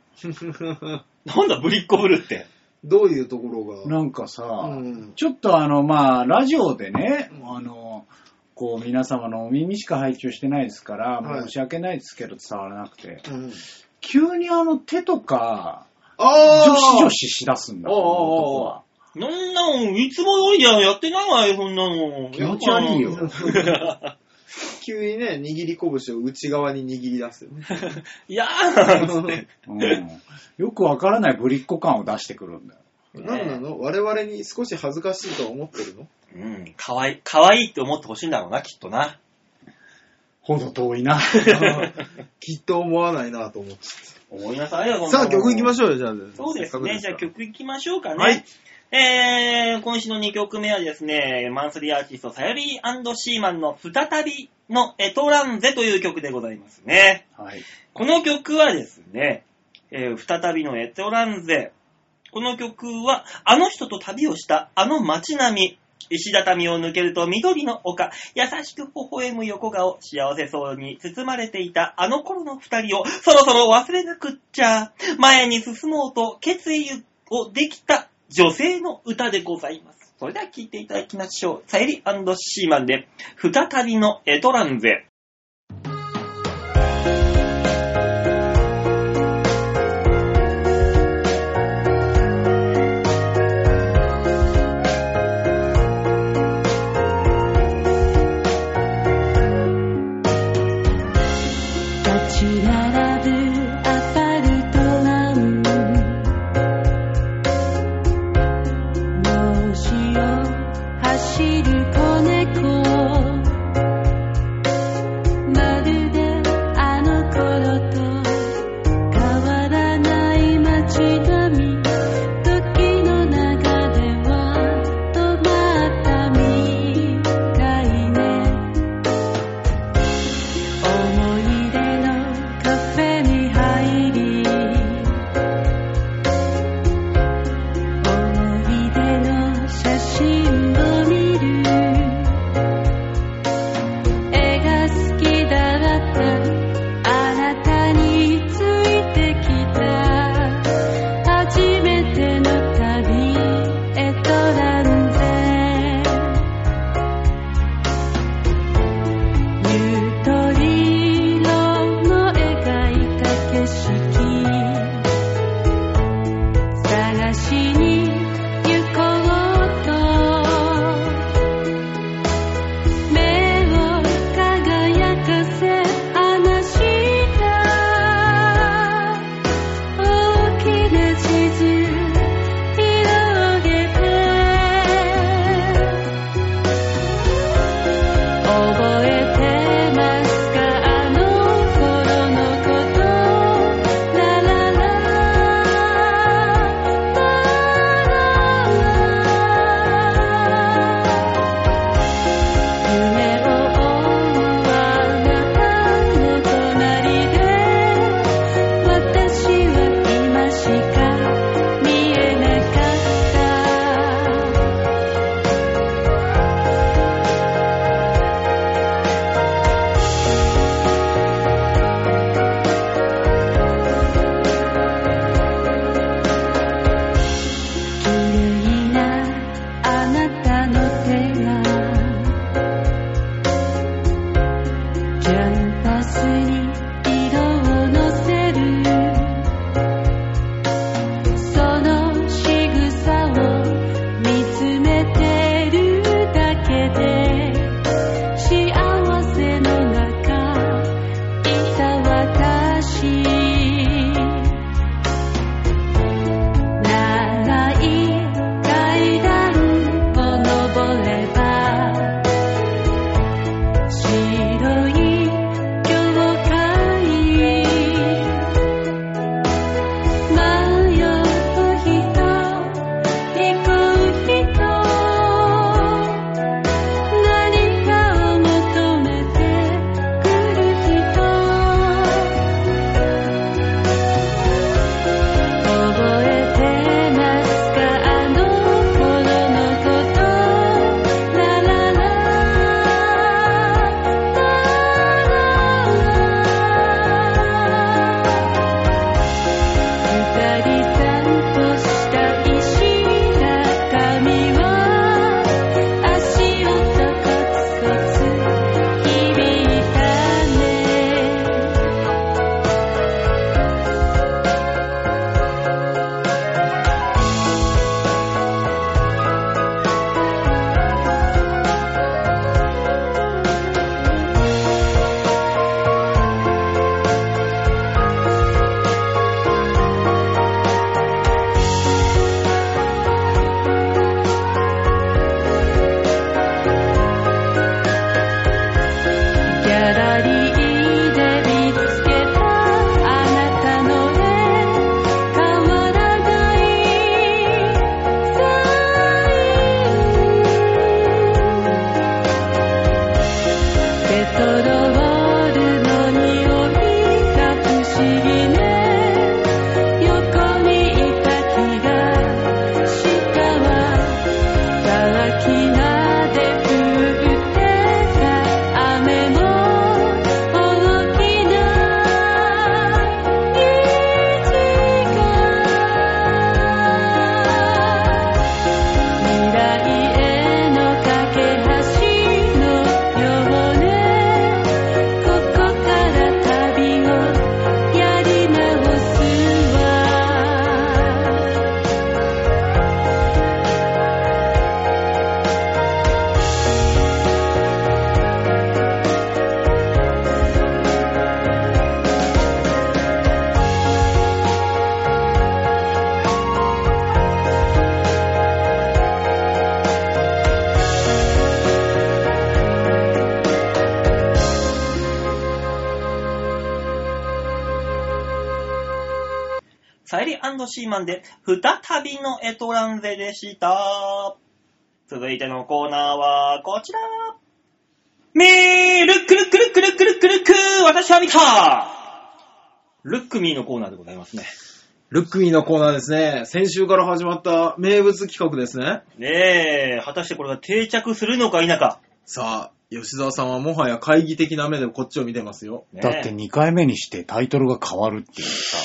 B: なんだ、ぶりっこぶるって。
C: どういうところが。
D: なんかさ、
C: うん。
D: ちょっとあの、まあ、ラジオでね、あの、こう、皆様のお耳しか拝聴してないですから、
C: はい
D: 申し訳ないですけど伝わらなくて、
C: うん
D: 急にあの手とか、女
C: ああ
D: 子女子しだすんだ、この男は。
B: そんなもん、いつも通りじゃやってないわよ、そんなの。
D: 気持ち悪いよ。
C: 急にね、握り拳を内側に握り出すよね。
B: いやー、つって。
D: うんよくわからないぶりっ子感を出してくるんだよ。
C: 何なの我々に少し恥ずかしいとは思ってるの
B: うん、かわいい、かわいいって思ってほしいんだろうな、きっとな。
D: ほど遠いな。
C: きっと思わないなと思って。
B: 思いなさいよ、
C: さあ、曲いきま
B: し
C: しょうよ、じゃあ。
B: ょそうですね。じゃあ曲いきましょうかね。
C: はい
B: えー、今週の2曲目はですね、マンスリーアーティスト、サヨリーシーマンの再びのエトランゼという曲でございますね。
D: はい。
B: この曲はですね、えー再びのエトランゼ。この曲は、あの人と旅をしたあの街並み。石畳を抜けると緑の丘、優しく微笑む横顔、幸せそうに包まれていたあの頃の二人を、そろそろ忘れなくっちゃ、前に進もうと決意をできた女性の歌でございます。それでは聴いていただきましょう。サエリシーマンで、再びのエトランゼ。
A: 立ち並ぶアパルトラウンどうしよう走る子猫まるであの頃と変わらない街並み時の流れは止まったみたいね思い出のカフるのに帯が不思議ね横にいた気がしたわ乾きなで降ってた雨も大きな虹が未来への架け橋のようねここから旅をやり直すわ
B: サイリーシーマンで、再びのエトランゼでした。続いてのコーナーは、こちら。めー、ルックルックルックルックルックルック私は見たルックミーのコーナーでございますね。
C: ルックミーのコーナーですね。先週から始まった名物企画ですね。
B: ねえ、果たしてこれが定着するのか否か。
C: さあ、吉沢さんはもはや会議的な目でこっちを見てますよ。
B: ねえ
D: だって2回目にしてタイトルが変わるっていうさ。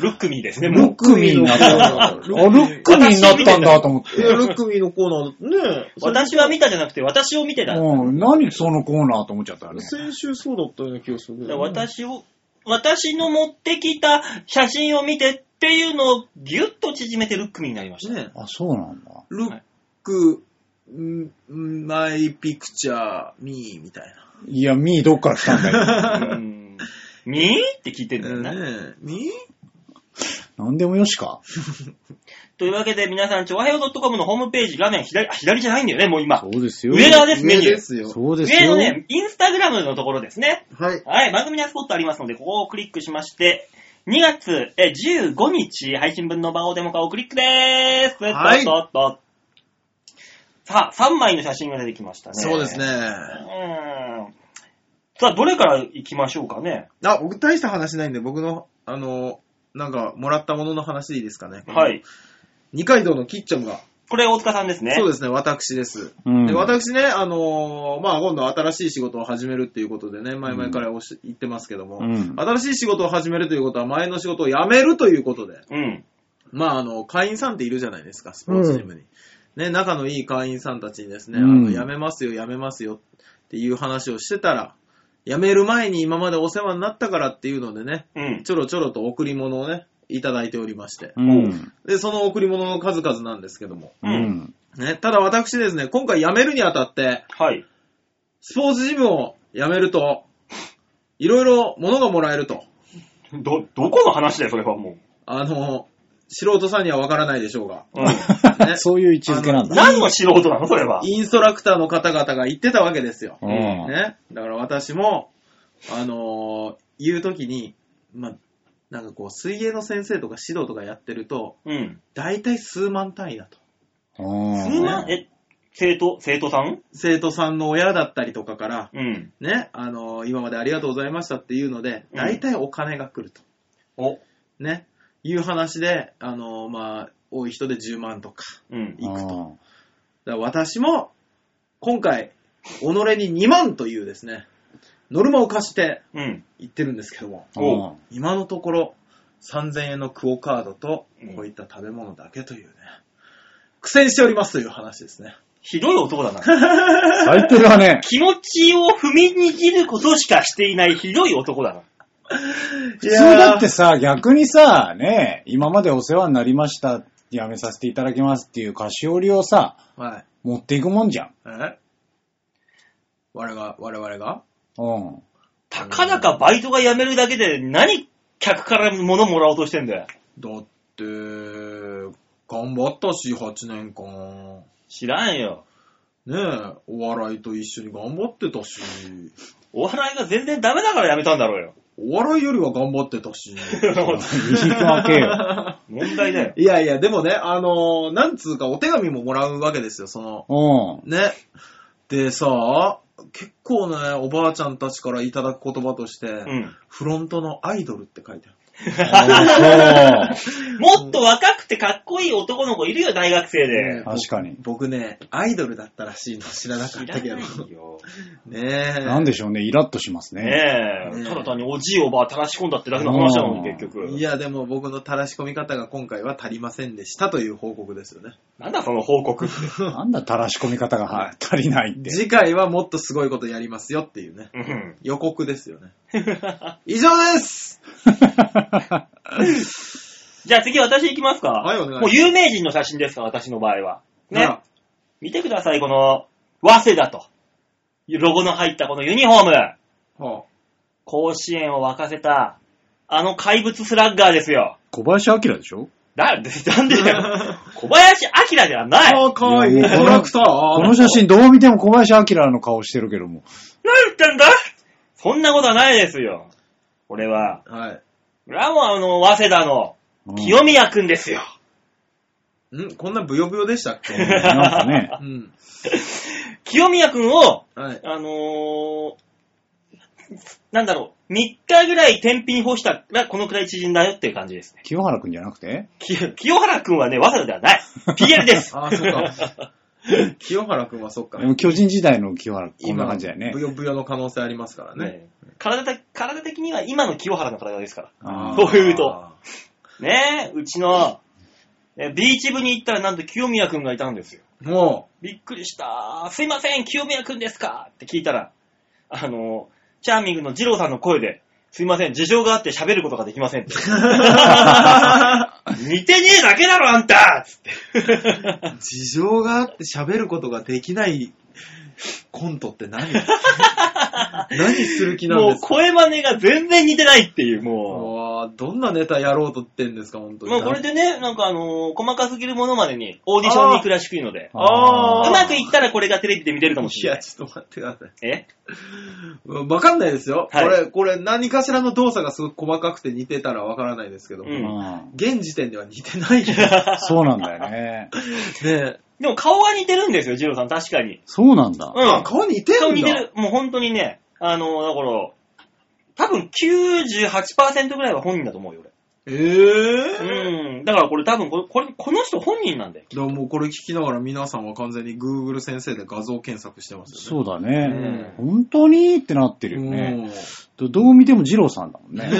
B: ルックミーですね、
D: ル
B: も
D: ックミーになったんだ。あ、ル
C: ルックミー
D: ックミーになったんだと思っ
C: いや
D: て。
C: ルックミーのコーナー、ね
B: う。私は見たじゃなくて、私を見てた。
D: うん、何そのコーナーと思っちゃったよね。
C: 先週そうだったような気がするけどね、
B: 私を、私の持ってきた写真を見てっていうのをギュッと縮めてルックミーになりました。
C: ね、
D: あ、そうなんだ。
C: ルック、んマイピクチャー、ミーみたい
D: いや、ミーどっから来たんだよ。
B: うんみーって聞いてんだよ
C: な。
B: な。
C: ねミ
D: 何でもよしか。
B: というわけで皆さん、ちょわへよ .com のホームページ、画面左、あ、左じゃないんだよね、もう今
D: そ。うですよ。
B: 上側です、メ
C: 上
B: ニュ
C: で
B: ー。
C: すよ。
D: そうです
B: 上
D: よ。
B: のね、インスタグラムのところですね。
C: はい。
B: はい、番組にはスポットありますので、ここをクリックしまして、2月え15日配信分の番号デモ化をクリックでーす。
C: はい
B: とっとっとさあ、3枚の写真が出てきましたね。
C: そうですね。。
B: うーん。さあ、どれから行きましょうかね。
C: あ、僕大した話ないんで、僕の、あの、なんか、もらったものの話でいいですかね。
B: は。い。
C: 二階堂のキッチョンが、
B: これ、大塚さんですね。
C: そう
B: で
C: ですね、私です。
D: うん
C: で私ね、あのーまあ、今度新しい仕事を始めるっていうことでね、前々からおし言ってますけども、
D: うん
C: 新しい仕事を始めるということは前の仕事を辞めるということで、
B: うん。
C: まあ、あの、会員さんっているじゃないですか、スポーツチームに。ね、仲のいい会員さんたちにですね、あ
D: うん
C: の辞めますよ、辞めますよっていう話をしてたら、辞める前に今までお世話になったからっていうのでね、
B: うん。
C: ちょろちょろと贈り物をね、いただいておりまして。
D: うん。
C: で、その贈り物の数々なんですけども。
D: うん。
C: ね、ただ私ですね、今回辞めるにあたって、
B: はい。
C: スポーツジムを辞めると、いろいろ物がもらえると。
B: ど、どこの話だよ、それはも
C: あの、素人さんにはわからないでしょうが。
B: う。うん。
C: ね
D: そういう位置づけなんだ。
B: 何の素人なの、それは。
C: インストラクターの方々が言ってたわけですよ。
D: う
B: うん
D: ん。
C: ね。だから私も、あのー言うときに、まあ、なんかこう、水泳の先生とか指導とかやってると、
B: うん。
C: 大体数万単位だと。
D: うん
B: 数万、え、生徒、生徒さん
C: 生徒さんの親だったりとかから、
B: うん。
C: ね、あのー今までありがとうございましたっていうので、
B: うん
C: 大体お金が来ると。
B: お、
C: ね、いう話で、あのーまあ、多い人で10万とか。
B: うん。
C: 行く
D: と。
C: だから私も、今回、己に2万というですね、ノルマを課して
B: うん。
C: 行ってるんですけども、
D: う
B: お
D: ん
C: 今のところ、3000円のクオカードと
B: うん、
C: こういった食べ物だけというね、苦戦しておりますという話ですね。
B: ひどい男だな。
D: タイトルはね、
B: 気持ちを踏みにじることしかしていないひどい男だな。
C: 普
D: 普通だってさ、逆にさ、ね、今までお世話になりました、辞めさせていただきますっていう菓子折りをさ、
C: はい。
D: 持っていくもんじゃん。
C: え我が、我々が
D: うん。
B: たかだかバイトが辞めるだけで何客から物もらおうとしてんだよ。
C: だって、頑張ったし、8年間。
B: 知らんよ。
C: ねえ、お笑いと一緒に頑張ってたし、
B: お笑いが全然ダメだから辞めたんだろうよ。
C: お笑いよりは頑張ってたし。
D: いいわけよ。
B: 問題 だよ。
C: いやいや、でもね、あのーなんつうかお手紙ももらうわけですよ、その、
D: うん。
C: ね。でさ、結構ね、おばあちゃんたちからいただく言葉として、
B: うん。
C: フロントのアイドルって書いてある。
D: あそ う。
B: もっと若くてかっこいい男の子いるよ、大学生で。
D: 確かに。
C: 僕ね、アイドルだったらしいの知らなかっ
B: 知ら
C: たけど。
B: ないよ。
C: ねえ。
D: なんでしょうね、イラッとしますね。
B: ね
C: ね
B: え。
C: え
B: ただ単におじいおばあ垂らし込んだってだけの話なの
D: うん
B: に、結局。
C: いや、でも僕の垂らし込み方が今回は足りませんでしたという報告ですよね。
B: なんだその報告って。
D: なんだ、垂らし込み方がは足りないって。
C: 次回はもっとすごいことやりますよっていうね。
B: うん。
C: 予告ですよね。以上です
B: じゃあ次私行きますか。
C: はいお願いします
B: もう有名人の写真ですから、私の場合は。ね。
C: あ
B: 見てください、この、早稲田と。ロゴの入ったこのユニフォーム。
C: らは
B: 甲子園を沸かせた、あの怪物スラッガーですよ。
D: 小林明でしょ
B: だ、なんでだよ。小林明ではない。
C: あ、かわいい。
D: い
C: ト
D: やもう
C: ラクター。
D: こ
C: こ
D: の写真どう見ても小林明の顔してるけども。
B: 何言ってんだそんなことはないですよ。俺は。
C: はい。
B: 俺はもうあの、早稲田の
D: うん
B: 清宮くんですよ。
C: んこんなブヨブヨでした っけ
D: なんかね。
C: うん。
B: 清宮くんを、
C: はい。
B: あのー、なんだろう、3日ぐらい天日に干したらこのくらい縮んだよっていう感じですね。
D: 清原くんじゃなくて
B: き清原くんはね、早稲田ではない。PL です。
C: ああ、そっか。清原くんはそっか
D: で。も巨人時代の清原、こん
C: 今
D: な感じだよね
C: ブ。ヨブヨの可能性ありますからね。
B: ね体的体的には今の清原の体ですから。
D: あ
B: そ
D: ー
B: ういうと
C: あ
B: ねえ、うちの、えビーチ部に行ったらなんと清宮くんがいたんですよ。
C: ー。も
B: びっくりした。すいません、清宮くんですかって聞いたら、あの、チャーミングの二郎さんの声で、すいません、事情があって喋ることができません って。似てねえだけだろ、あんたつって。
C: う、事情があって喋ることができないコントって 何何する気なん
B: も
C: で
B: う
C: すか
B: 声真似が全然似てないっていう、も
C: もうどんなネタやろうとってんですか、本当
B: う。
C: に。
B: もうこれでね、なんかあの細かすぎるものまでにオーディションに行くらしくいいので、
C: あー
B: うまくいったらこれがテレビで見れるかもし
C: い
B: れな
C: や、
B: い。
C: ちょっと待ってください。
B: え
C: うんわかんないですよ。
B: はい
C: これ、これ何かしらの動作がすごく細かくて似てたらわからないですけど、
B: うん
D: うん
C: 現時点では似てない けど
D: そうなんだよね。
C: ね。
B: でも顔が似てるんですよ、二郎さん、確かに。
D: そうなんだ。
B: うん。
C: あ、顔似てるんだ。
B: 顔似てる。もう本当にね、あの、だから、多分98%ぐらいは本人だと思うよ、
C: え
B: 俺。
C: ー
B: うん。だからこれ多分これ、これ、この人本人なんだよ。
C: だからもうこれ聞きながら皆さんは完全に Google 先生で画像検索してますよね。
D: そうだね。
B: う
D: 本当にってなってるよね。
C: ね。
D: どどう見ても二郎さんだもんね。
C: ね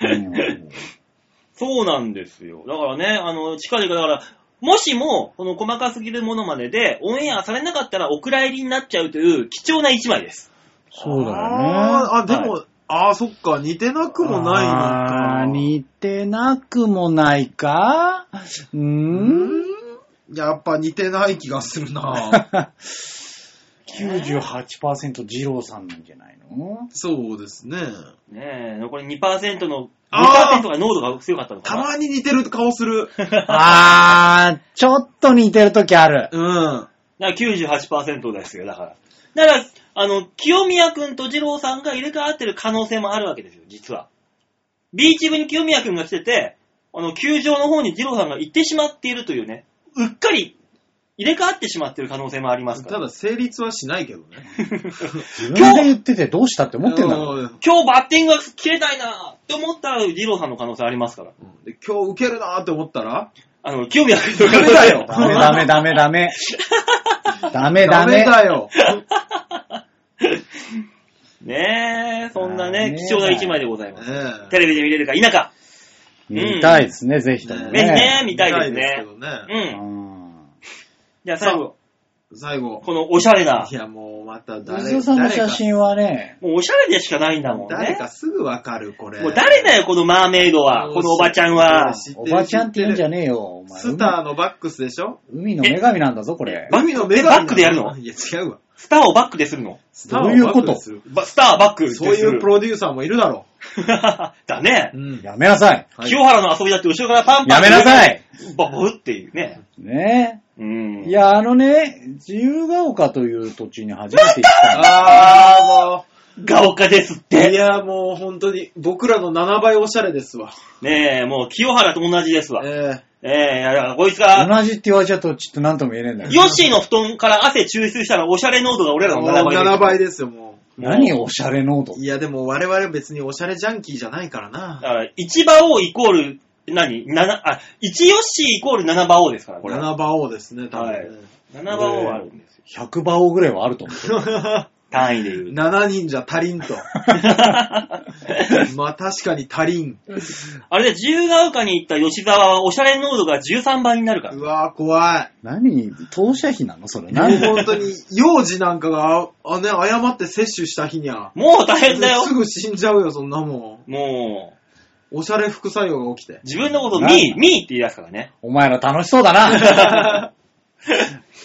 D: うん
B: そうなんですよ。だからね、あの、近々、だから、もしも、この細かすぎるものまでで、オンエアされなかったらお蔵入りになっちゃうという貴重な一枚です。
D: そうだよね。
C: あーあ、でも、あーそっか、似てなくもないのか。
D: あー似てなくもないかうーん。
C: やっぱ似てない気がする な
D: 98%二郎さんなんじゃないの
C: そうですね。
B: ねえ、残り2%の、
C: あー
B: 2%が濃度が強かったのか
C: た
B: な。
C: まに似てる顔する。
D: あー、ちょっと似てる時ある。
C: うん。
B: だから98%ですよ、だから。だから、あの、清宮くんと二郎さんが入れ替わってる可能性もあるわけですよ、実は。ビーチ部に清宮くんが来てて、あの、球場の方に二郎さんが行ってしまっているというね、うっかり入れ替わってしまっている可能性もありますか
C: た
B: ら。
C: だ成立はしないけどね。
D: 自分で言っててどうしたって思ってんだろう。
C: うん
B: 今日バッティングが切れないなって思ったら二郎さんの可能性ありますから。
C: で今日受けるなーって思ったら、
B: あの、清宮くんの可能
C: ダメだ
B: 性
C: よ
D: ダ メダメダメダメ。ダメダメ。
C: だ よ。
B: ねえ、そんな
D: ダメ
B: ね
D: だ、よ
B: 貴重な一枚でございます。
C: ね
B: テレビで見れるか否か。
D: 見たいですね、ぜひとも
C: え
B: ぜひね
D: ね。
B: 見たいですね
C: 見たいですけどね。
B: う。
D: うんん。
B: じゃあ最後、
C: 最後。
B: このおしゃれな、
C: いや、もうまた
D: 藤
C: 誰
D: 尾さんの写
C: 誰か、
D: 真はね、
B: もうおしゃれでしかないんだもんね。
C: 誰かすぐわかる、これ。
B: もう誰だよ、このマーメイドは、このおばちゃんは。
C: 知ってる
D: おばちゃんって言うんじゃ
C: 知
D: ねえよ、お
C: ってる
D: 前。
C: スターのバックスでしょ
D: 海の女神なんだぞ、これ。
B: バッ
C: 海の女神なの
B: バックでやるの
C: いや、違うわ。
B: スターをバックでするの
C: スターを
D: どういうこと
C: バックする
B: ばスターバックです
C: そう
B: る。
C: いうプロデューサーもいるだろ
B: だね
C: う。う。ん。
D: やめなさい。
C: はい
B: 清原の遊びだって後ろからパンパン。
D: やめなさい
B: ボブっていうね。
D: ね
B: うん。
D: え。い、や、あのね、自由が丘という土地に初めて来たんだ。
C: あー、もう。
B: ガオカですっ
C: い
B: て。
C: や、もう本当に、僕らの7倍オシャレですわ。
B: ねえ、もう清原と同じですわ。
C: え
B: ええだからこいつが、
D: 同じって言われちゃうと、ちょっと何とも言えねえんだけど。
B: ヨッシーの布団から汗抽出したらおしゃれ濃度が俺らの7倍
C: 7倍ですよ、も
D: 何おしゃれ濃度
C: う。いや、でも我々別にオシャレジャンキーじゃないから
B: だ
C: な。
B: から、1馬王イコール、何 ?7、あ、1ヨッシーイコール7馬王ですから、これ。7
C: 7馬王ですね、多分ね。
B: 馬王はあるん ですよ。
D: 100馬王ぐらいはあると思う。
B: 単位で言うと。
C: 7人じゃ足りんと。まあ確かに足りん。
B: あれで、自由が丘に行った吉沢はおしゃれ濃度が13倍になるから
C: う。わぁ、怖い。
D: 何当社費なのそれ。
C: もう
D: 何
C: 本当に、幼児なんかが、あ、ね、誤って摂取した日にゃ。
B: もう大変だよ。
C: すぐ死んじゃうよ、そんなも
B: もう、
C: ん。おしゃれ副作用が起きて。
B: 自分のこと
D: なんだ
B: ミー、ミーって言い出すからね。
D: お前ら楽しそうだな。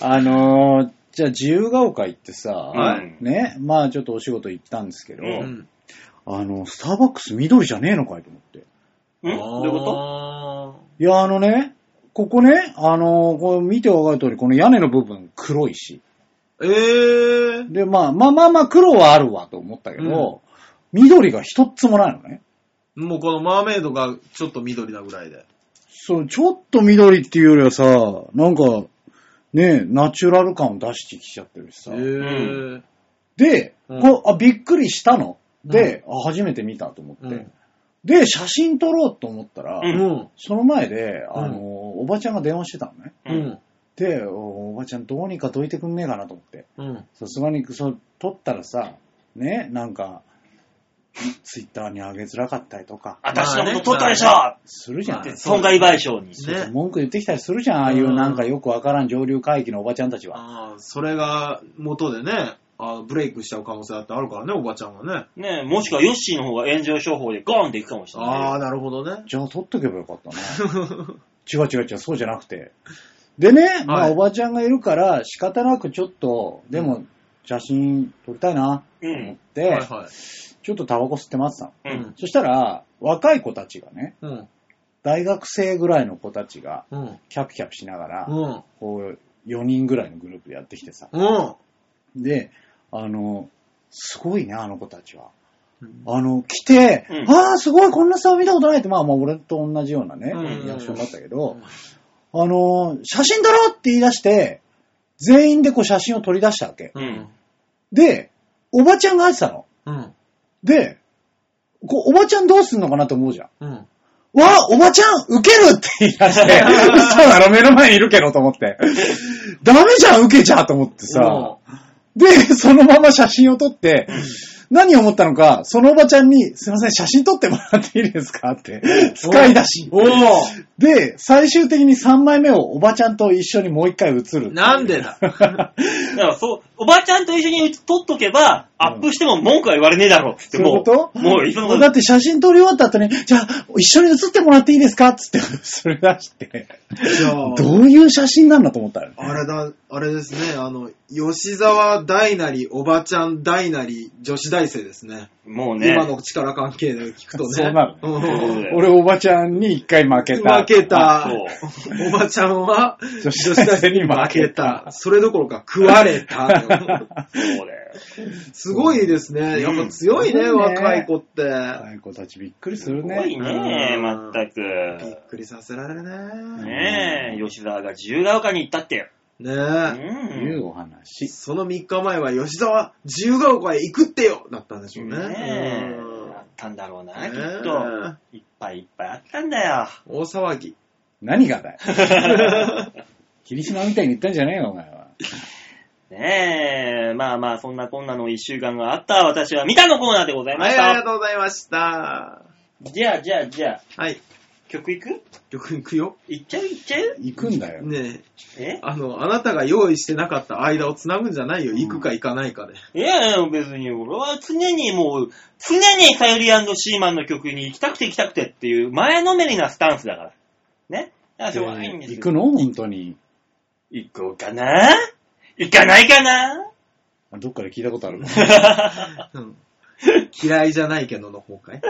D: あのー、じゃあ自由が丘行ってさ、
B: はい
D: ね、まあちょっとお仕事行ったんですけど、
B: う
C: うん。
D: あの、スターバックス緑じゃねえのかいと思って。
B: んどういうこと
C: と
D: いや、あのね、ここね、あのーこう見てわかる通り、この屋根の部分黒いし。
C: えー。
D: で、まあまあまあまあ黒はあるわと思ったけど、緑が一つもないのね。
C: もうこのマーメイドがちょっと緑だぐらいで。
D: そう、ちょっと緑っていうよりはさ、なんか、ねナチュラル感を出してきちゃってるし
C: え
D: さ。
C: ー。
D: で、
C: うん
D: こうあ、びっくりしたの。で、あ初めて見たと思っ
C: う
D: て。
C: ん
D: で、写真撮ろうと思ったら、
B: う
C: うん。
D: その前で、
C: うん
D: あの、おばちゃんが電話してたのね。
B: う
C: うんん。
D: で、おおばちゃんどうにかどいてくんねえかなと思って。
C: うん。
D: さすがに、そう、撮ったらさ、ね、なんか、ツイッターに上げづらかったりとか、
B: 私のこと取ったでしょ
C: ま
D: するじゃん。
C: まあね
B: 損害賠償に。
D: そうそう
C: ね
D: 文句言ってきたりするじゃん、ああいう
C: うん
D: なんかよくわからん上流階級のおばちゃんたちは。
C: ああ、それが元でね、あブレイクしちゃう可能性だってあるからね、おばちゃんはね。
B: ねもしくはヨッシーの方が炎上商法でゴーンっていくかもしれ
C: あ
B: な
C: あ、なるほどね。
D: じゃあ撮っとけばよかったな。違う違う違う、そうじゃなくて。でね、まあ
C: はい
D: おばちゃんがいるから仕方なくちょっと、でも写真撮りたいな、
B: い。う
D: と思っ
B: ん。
D: て、
C: はいはい。
D: ちょっとタバコ吸って待ってたの。
B: うん。
D: そしたら、若い子たちがね、
C: うん。
D: 大学生ぐらいの子たちが、
C: うん。
D: キャピキャピしながら、
C: うん。
D: こう、4人ぐらいのグループでやってきてさ。
C: うん。
D: で、あの、すごいね、あの子たちは。
C: うん
D: あの、来て、
B: うん
D: ああ、すごい、こんな差を見たことないって、まあまあ、俺と同じようなね、
C: うん
D: リアクションだったけど、あのー、写真撮ろうって言い出して、全員でこう写真を取り出したわけ。
B: うん。
D: で、おばちゃんが入ってたの。
C: うん。
D: で、こう、おばちゃんどうすんのかなと思うじゃん。
C: うん。
D: わあ、おばちゃん、ウケるって言い出して、嘘だろ、目の前にいるけどと思って。ダメじゃん、ウケちゃうと思ってさ。で、そのまま写真を撮って、何を思ったのか、そのおばちゃんに、すいません、写真撮ってもらっていいですかって、使い出し。
C: おお
D: で、最終的に3枚目をおばちゃんと一緒にもう一回写る。
C: なんでだ
B: だからそう、おばちゃんと一緒に撮っとけば、アップしても文句は言われねえだろうって、
D: そういう
B: も
D: こと
B: う、もういつのこと
D: だって写真撮り終わった後に、じゃあ、一緒に写ってもらっていいですかっつって、それ出して、
C: じゃあ、
D: どういう写真なんだと思ったの
C: あれだ、あれですね、あの、吉沢大なり、おばちゃん大なり、女子大生ですね。
B: もうね、
C: 今の力関係で聞くとね。
D: そうなる
C: うん
B: ね
D: 俺、おばちゃんに一回負けた。
C: 負けた
B: あ。
C: おばちゃんは、
D: 女子大生に負
C: 負
D: け
C: け
D: た。
C: た。それどころか食われ た。
B: そうだよ。
C: すごいですね。やっぱ強いね、
D: うん
C: 若い子って。
D: 若い子たちびっくりす
B: す
D: る
B: ごい
D: ね。
B: ね、
C: うん
B: まったく。
C: びっくりさせられるね。
B: ねえ、吉沢が自由が丘に行ったって。う
C: ね
D: い
B: ん。
D: うお話
C: え。。その3日前は吉沢、自由が丘へ行くってよだったんでしょうね。
B: ねえ
C: うん、
B: あったんだろうな、
C: ね
B: き
C: え
B: っと。いっぱいいっぱいあったんだ よ。
C: 大騒ぎ。
D: 何がだよ。霧島みたいに言ったんじゃねえよ、お前は。
B: ねえ、まあまあ、そんなこんなの一週間があった私は見たのコーナーでございま
C: は
B: し
C: い、
B: た。
C: ありがとうございました。
B: じゃあ、じゃあ、じゃあ、
C: はい、
B: 曲いく
C: 曲行くよ。
B: いっちゃういっちゃう
D: 行くんだよ。
C: ね
B: え
C: え、あの、あなたが用意してなかった間を繋ぐんじゃないよ。行くか行かないかで。
B: いやいや、別に俺は常にもう、常にさゆりシーマンの曲に行きたくて行きたくてっていう前のめりなスタンスだから。ね。だからしょうがないんです
D: 行
B: よ
D: くの本当に。
B: 行こうかな行かないかな
D: どっかで聞いたことある。
C: うん嫌いじゃないけどの方かい。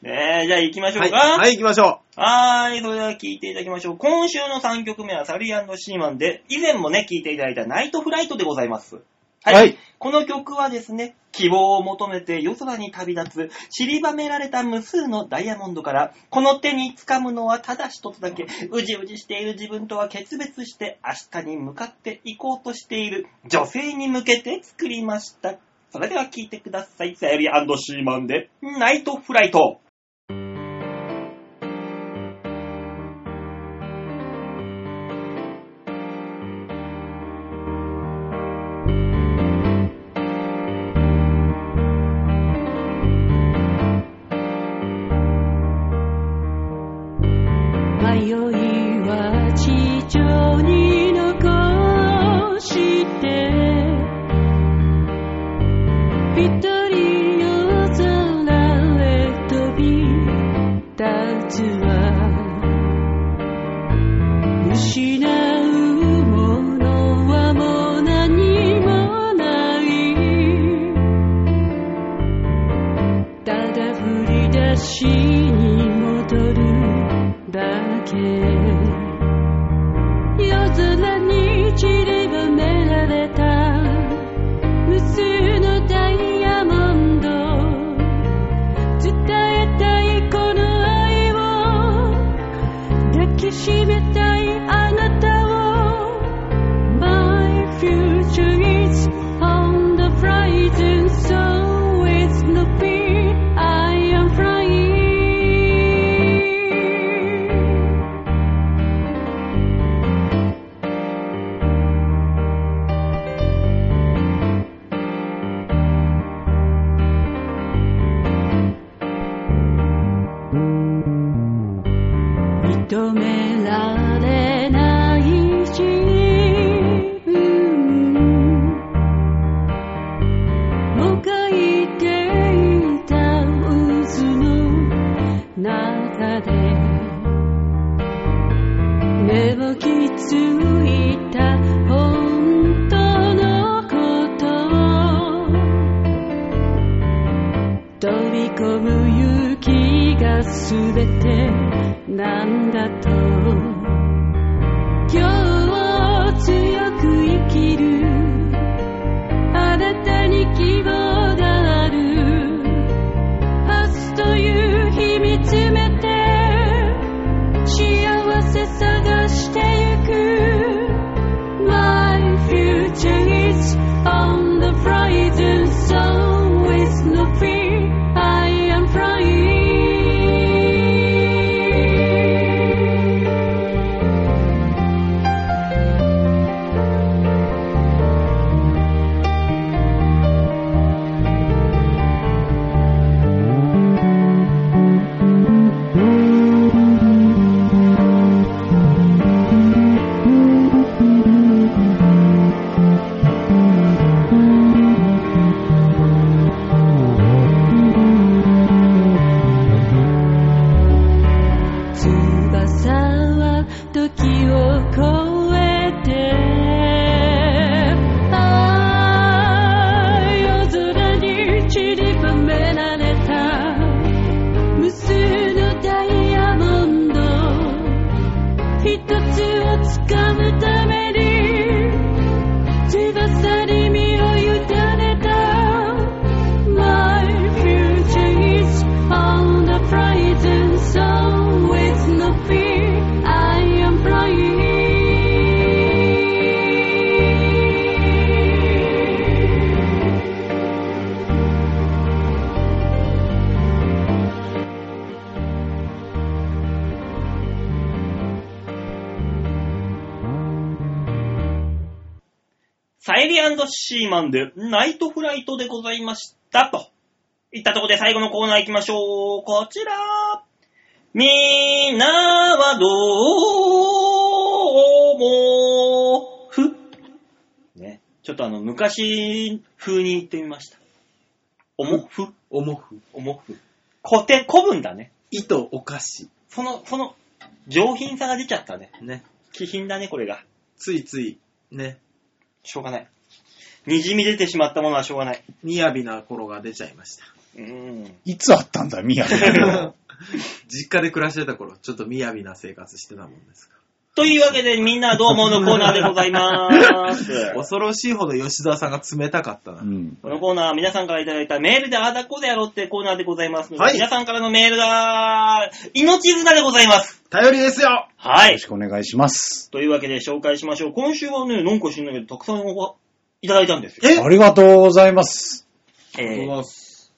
B: ねえ、じゃあ行きましょ
C: は
B: う
C: い、
B: か。
C: はい、行きましょ
B: はーい、それでは聴いていただきましょう。今週の3曲目はサリーシーマンで、以前もね、聴いていただいたナイトフライトでございます。はい。
D: はい
B: この曲はですね、希望を求めて夜空に旅立つ、散りばめられた無数のダイヤモンドから、この手に掴むのはただ一つだけ、うじうじしている自分とは決別して、明日に向かっていこうとしている女性に向けて作りました。それでは聴いてください。さゆりシーマンで、ナイトフライト。
A: 迷いは地上に残して一人夜空へ飛び立つわ失うものはもう何もないただ振り出しに戻るだけ夜空に散りばめられた無数のダイヤモンド伝えたいこの愛を抱きしめたいあなたを My future is on the horizon, so it's no fear. I am flying. 認められない自分もがいていた渦の中で目をきついた本当のこと飛び込む勇気が全てなんだと今日を強く生きるあなたに希望がある明日という日見つめて幸せ探してゆく My future is on the horizon, so with no fear, I am flying. 翼は時を超えてああ夜空に散りばめられた無数のダイヤモンド一つを掴むために翼に身を委ねた My future is on the horizon, so with no fear, I am flying.
B: サイリーシーマンで、ナイトフライトでございました。と。いったところで最後のコーナー行きましょう。こちら。みんなはどう思うふね。ちょっとあの、昔風に言ってみました。おもふ
C: おもふ。
B: おもふ。古典、古文だね。
C: 糸お菓子。
B: その、その、上品さが出ちゃったね。
C: ね。
B: 気品だね、これが。
C: ついつい、ね。
B: しょうがない。にじみ出てしまったものはしょうがない。
C: みやびな頃が出ちゃいました。
B: うーん。
D: いつあったん だ、宮城。
C: 実家で暮らしてた頃、ちょっとみやびな生活してたもんですか
B: というわけで、みんなどうものコーナーでござい ます。
C: 恐ろしいほど吉沢さんが冷たかったな。
D: うん。
B: このコーナーは皆さんからいただいたメールでああだこうでやろうってコーナーでございますので、
C: はい
B: 皆さんからのメールが、命綱でございます。
C: 頼りですよ
B: は
D: よろ
B: い
D: し。くお願いします。
B: というわけで紹介しましょう。今週はね、なんか知んないけど、たくさんおいただいたんですよ。
C: え
D: ありがとうございます。
B: えー
C: は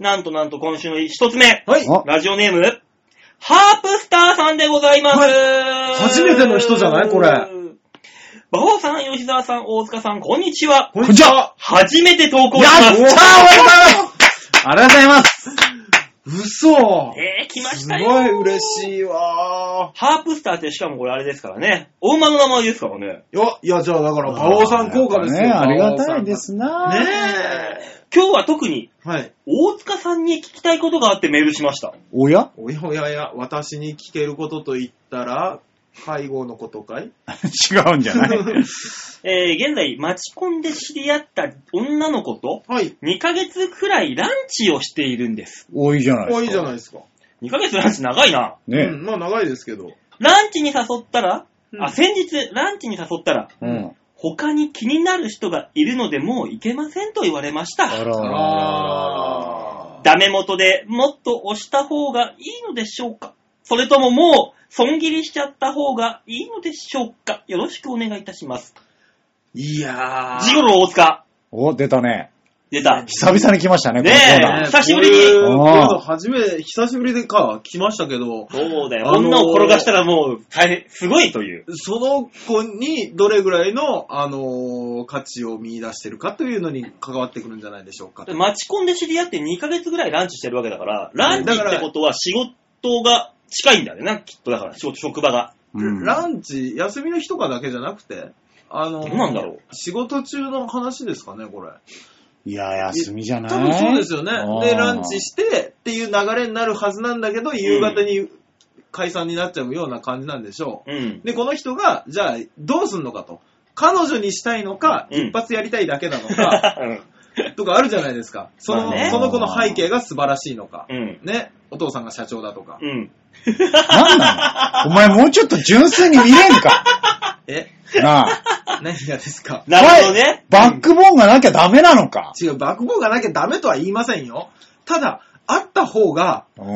B: なんとなんと今週の一つ目、
C: い。
D: あ
B: ラジオネーム、ハープスターさんでございます。
C: 初めての人じゃないこれ。
B: 馬王さん、吉沢さん、大塚さん、こんにちは。
C: こんにちは
B: 初めて投稿し
D: や
B: ま
D: っ
B: す
D: たー。ありがとうございます
C: 嘘
B: えー、来まし
C: す
B: たよ。
C: ごい嬉しいわ
B: ハープスターってしかもこれあれですからね。お馬の名前ですからね。
C: ーいや、いや、じゃあだから、馬王さん効果ですよ。
D: ね、ありが
C: 馬王さ
D: た
C: ん
D: いですな
C: ね
B: 今日は特に、
C: え。はい。
B: 大塚さんに聞きたいことがあってメールしました。
D: おや
C: おやおやや、私に聞けることと言ったら、介護のことかい
D: 違うんじゃない
B: えー、現在、待ち込んで知り合った女の子と、
C: はい。
B: 2ヶ月くらいランチをしているんです。
D: 多いじゃないです
C: あ
D: か。
C: いいじゃないですか。
B: 2ヶ月ランチ長いな。
D: ね
C: うん、まあ長いですけど。
B: ランチに誘ったら、
C: うん
B: あ、先日、ランチに誘ったら、
C: う
D: うんん。
B: 他に気になる人がいるのでもう行けませんと言われまし
D: あ
B: た。
D: らあ
C: あ
B: ダメ元でもっと押した方がいいのでしょうかそれとももう、損切りしちゃった方がいいのでしょうかよろしくお願いいたします。
C: いやー。
B: ジゴロ大塚、
D: お、出たね。
B: 出た。
D: 久々に来ましたね、
B: ねえ
D: このコーナー
B: ね久しぶりに
C: こういう
D: あー
C: こういうの初め、久しぶりでか、来ましたけど、
B: そうだよ。
C: あのー
B: 女を転がしたらもう、大変、すごいという。
C: その子にどれぐらいの、あのー価値を見出してるかというのに関わってくるんじゃないでしょうか。
B: 待ち込んで知り合って2ヶ月ぐらいランチしてるわけだから、ランチってことは仕事が近いんだよね、きっとだから、仕事、職場が。
D: うん
C: ランチ、休みの日とかだけじゃなくて、あの
B: ど
C: ー
B: うなんだろう。
C: 仕事中の話ですかね、これ。
D: いや、休みじゃない
C: 多分そうですよね
D: あ。ー
C: で、ランチしてっていう流れになるはずなんだけど、夕方に解散になっちゃうような感じなんでしょ
B: うん
C: う。。で、この人が、じゃあ、どうすんのかと。彼女にしたいのか、
B: うん
C: 一発やりたいだけな のか、とかあるじゃないですか。その、
B: まあね
C: その子の背景が素晴らしいのか。
B: うん。
C: ね。お父さんが社長だとか。
B: うん。
D: なんなのお前もうちょっと純粋に見れんか
C: え
D: なあ。
C: 何がですか
B: なるほどね。
D: バックボーンがなきゃダメなのか。
C: 違う、バックボーンがなきゃダメとは言いませんよ。ただ、あった方が、
D: うん。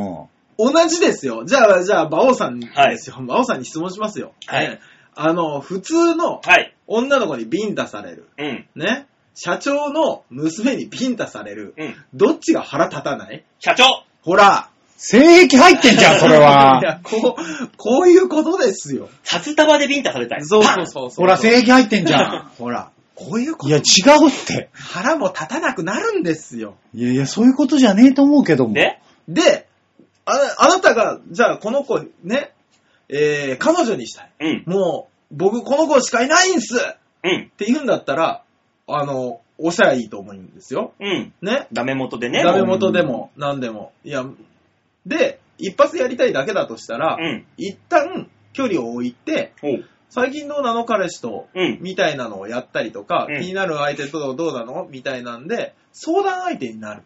C: 同じですよ。じゃあ、じゃあ、馬王さんですよ。馬王さんに質問しますよ。
B: はい
C: ね。あの、普通の
B: はい。
C: 女の子にビンタされる。
B: うん。
C: ね。社長の娘にビンタされる。
B: うん。
C: どっちが腹立たない
B: 社長
C: ほら。
D: 性癖入ってんじゃん、それ
C: い
D: は。
C: や、こう、こういうことですよ。
B: 札束でビンタされたい。
C: そうそうそうそう。
D: ほら、性癖入ってんじゃ ん。
C: ほら。こういうこ
D: いや、違
C: と。
D: うって。
C: 腹も立たなくなるんですよ。
D: いやいや、そういうことじゃねえと思うけども。
B: で
C: で、ああなたが、じゃあこの子、ね、えー、彼女にしたい。
B: うん。
C: もう、僕この子しかいないんすっ
B: うん。
C: て言うんだったら、あの、おしゃらいいと思うんですよ。
B: うん。
C: ね。
B: ダメ元でね。
C: ダメ元でも、何でも。いや、で、一発やりたいだけだとしたら、
B: うん。
C: 一旦距離を置いて、
B: おう。
C: 最近どうなの彼氏と、
B: うん。
C: みたいなのをやったりとか、
B: うん
C: 気になる相手とどうなのみたいなんで、相談相手になる。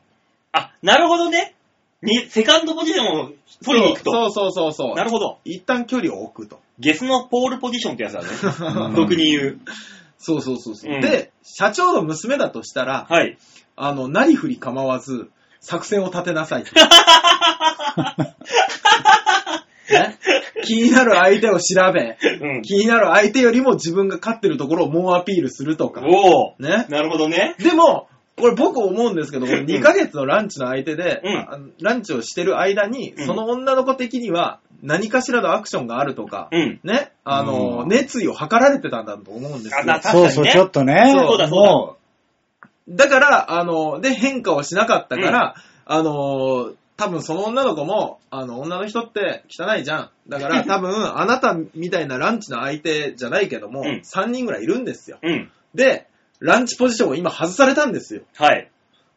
B: あ、なるほどね。に、セカンドポジションを取りに行くと。
C: そうそうそうそうそう。
B: なるほど。
C: 一旦距離を置くと。
B: ゲスのポールポジションってやつだね。
D: うん
B: 俗に言う。
C: そうそうそうそう、
B: うん
C: で、社長の娘だとしたら、
B: はい。
C: あの、なりふり構わず、作戦を立てな さい。ね、気になる相手を調べ、
B: うん。
C: 気になる相手よりも自分が勝ってるところを猛アピールするとか。
B: おお。
C: ね。
B: なるほどね。
C: でも、これ僕思うんですけど、2ヶ月のランチの相手で、
B: うん
C: あランチをしてる間に、
B: うん
C: その女の子的には何かしらのアクションがあるとか、
B: うん。
C: ね、あの、
D: うん
C: 熱意を図られてたんだと思うんですよ
B: あ。な確かに
D: そ
B: ね
D: うそう、ちょっとね。
B: そうだそうだ
D: も
C: だから、あの、で、変化をしなかったから、あの、多分その女の子も、あの、女の人って汚いじゃん。だ から、多分、あなたみたいなランチの相手じゃないけども、
B: うん
C: 3人ぐらいいるんですよ。
B: うん。
C: で、ランチポジションを今外されたんですよ。
B: はい。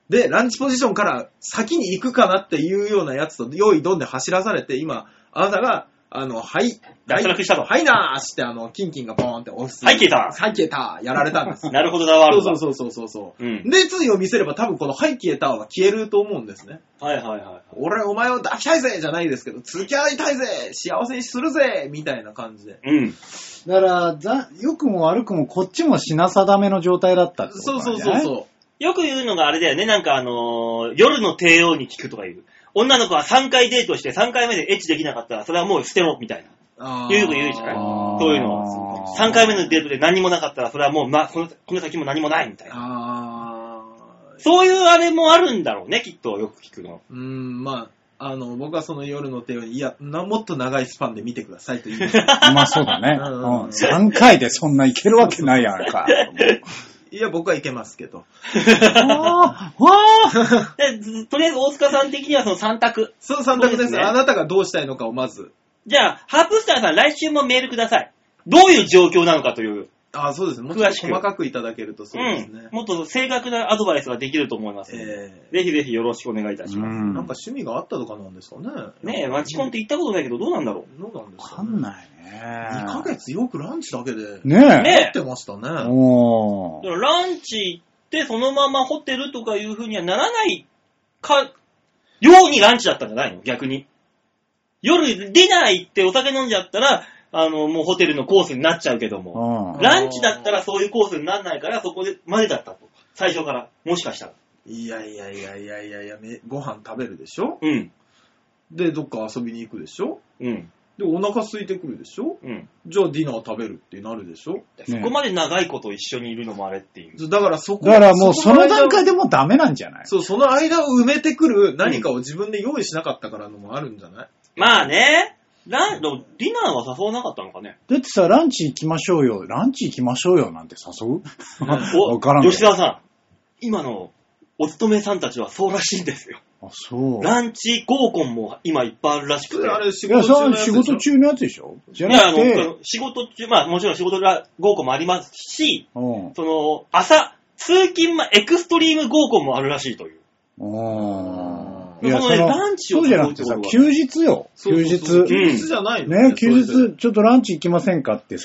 C: で、ランチポジションから先に行くかなっていうようなやつと用意どんで走らされて、今、あなたが、あの、はい、
B: 脱落したと
C: はいはいなーして、あの、キンキンがボーンって押す。
B: はい消えた
C: はい、消えたやられたんで
B: 。
C: す
B: なるほどだわ。
C: そうそうそうそうそう。
B: うん
C: 熱意を見せれば多分このはい消えたは消えると思うんですね。
B: はいはいはい。
C: 俺お前を抱きたいぜじゃないですけど、付き合いたいぜ幸せにするぜみたいな感じで。
B: うん。
D: だから、ざ、良くも悪くもこっちも品定めの状態だったってこと
C: そう
D: なん
C: そう
D: じゃ
C: そ
D: な
C: う
D: い
C: そ
B: よく言うのがあれだよね、なんかあのー夜の帝王に聞くとか言う。女の子は3回デートして3回目でエッチできなかったら、それはもう捨てろ、みたいな。
C: う。
B: 言う言うじゃない
D: あー
B: そういうのは3回目のデートで何もなかったら、それはもう、ま、このこの先も何もない、みたいな。
C: あー
B: そういうあれもあるんだろうね、きっと、よく聞くの。
C: うーん、まあ、あの、僕はその夜の手を、いやな、もっと長いスパンで見てくださいと言います。
D: まあそうだね。
C: うん
D: うん。3回でそんないけるわけないやんか。
C: いや、僕はいけますけど。
D: わーわー
B: でずとりあえず大塚さん的にはその3択。
C: その3択
B: そう
C: で
B: です
C: す。
B: ね
C: あなたがどうしたいのかをまず。
B: じゃあ、ハープスターさん来週もメールください。どういう状況なのかという。
C: あーそうですね。もうちょっ
B: 詳
C: と
B: しく
C: 細かくいただけるとそうですね
B: ん。。もっと正確なアドバイスができると思いますので、
C: え
B: ぜひぜひよろしくお願いいたし
D: う
B: ます。
C: ーなん
D: ん。
C: か
D: わ
C: 趣味があったとかなんですかね。
B: ねえ、マチコンって行ったことないけど、どうなんだろ
C: どうなんです
D: か
C: か、
D: ん
C: ね。
D: ないね。
C: 2ヶ月よくランチだけで。
D: ねえ。
B: ねえ
C: やってましたね。
D: お
B: う。
D: ー
B: だからランチ行って、そのままホテルとかいう風にはならないか、ようにランチだったんじゃないの逆に。夜、ディナー行ってお酒飲んじゃったら、あの、もうホテルのコースになっちゃうけども、
D: うん。
B: ランチだったらそういうコースにならないから、そこでまでだったと。最初から。もしかしたら。
C: いやいやいやいやいやいや、めご飯食べるでしょ
B: うん。
C: で、どっか遊びに行くでしょ
B: うん。
C: で、お腹空いてくるでしょ
B: うん。
C: じゃあディナー食べるってなるでしょ
B: そこまで長いこと一緒にいるのもあれっていう。
C: だからそこ
D: だからもうその段
C: 間を
D: 階でもうダメなんじゃない
C: そう、その間を埋めてくる何かを自分で用意しなかったからのもあるんじゃない、
B: まあね、ラン、でもディナーは誘わなかったのかね。
D: だってさ、ランチ行きましょうよ。ランチ行きましょうよなんて誘う
B: お
D: わからんけど
B: 吉沢さん、今のお勤めさんたちはそうらしいんですよ。
D: あ、そう。
B: ランチ合コンも今いっぱいあるらし
C: 普
B: くて。
C: 通あれ仕
D: いや、
C: 事
D: そ
C: 中の
D: れ
C: や
D: は
C: つ
D: 仕事
C: でしょ
D: 中のやつでしょじゃ
B: いや、あ
D: なく
B: の
D: て、
B: その、仕事中、まあもちろん仕事合コンもありますし、
D: うん。
B: その、朝、通勤ま、エクストリーム合コンもあるらしいという。そ
D: うん。
B: のねランチを
D: そうじゃなくて
B: 誘
D: さ、
B: うってこと
D: 休日よ。休
C: そうそうそう
D: 日。
C: 休日じゃないの、
D: ね、休
C: それで
D: 日、ちょっとランチ行きませんかって誘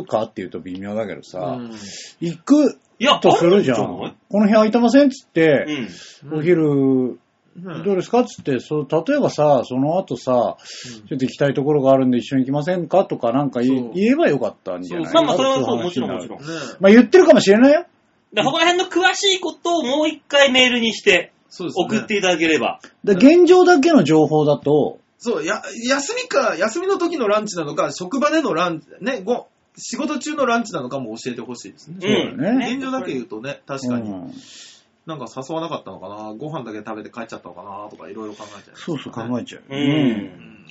D: うかっていうと微妙だけど
C: う
D: さ、
C: ん
D: 行く
B: いや、
D: とするじゃん。
B: ある
D: この部屋空いてませんっつっ
B: じゃない
D: て、
C: うん
D: お昼、
C: うん
D: どうですかっつって、そう、例えばさ、その後さ、ちょっと行きたいところがあるんで一緒に行きませんかとかなんか言
C: そ
D: いう言えばよかったんじゃな
B: う
D: い
B: ん。まあまあ、それはそう、も
D: って
B: ち
D: い
B: ろん
D: 話
B: も
D: に
B: ちろん。
D: なる
C: ね
D: まあ言ってるかもしれないよ。
B: で、そこら辺の詳しいことをもう一回メールにして
C: そうですね
B: 送っていただければ。
D: で現状だけの情報だと、
C: そうや、休みか、休みの時のランチなのか、職場でのランチ、ね、ご、仕事中のランチなのかも教えてほしいですね。
D: そうだね
C: 現状だけ言うとね、確かに、
D: うん
C: なんか誘わなかったのかな、ご飯だけ食べて帰っちゃったのかな、とかいろいろ考えちゃいますね、
D: そうそう考えちゃう。
B: う。
C: うんん。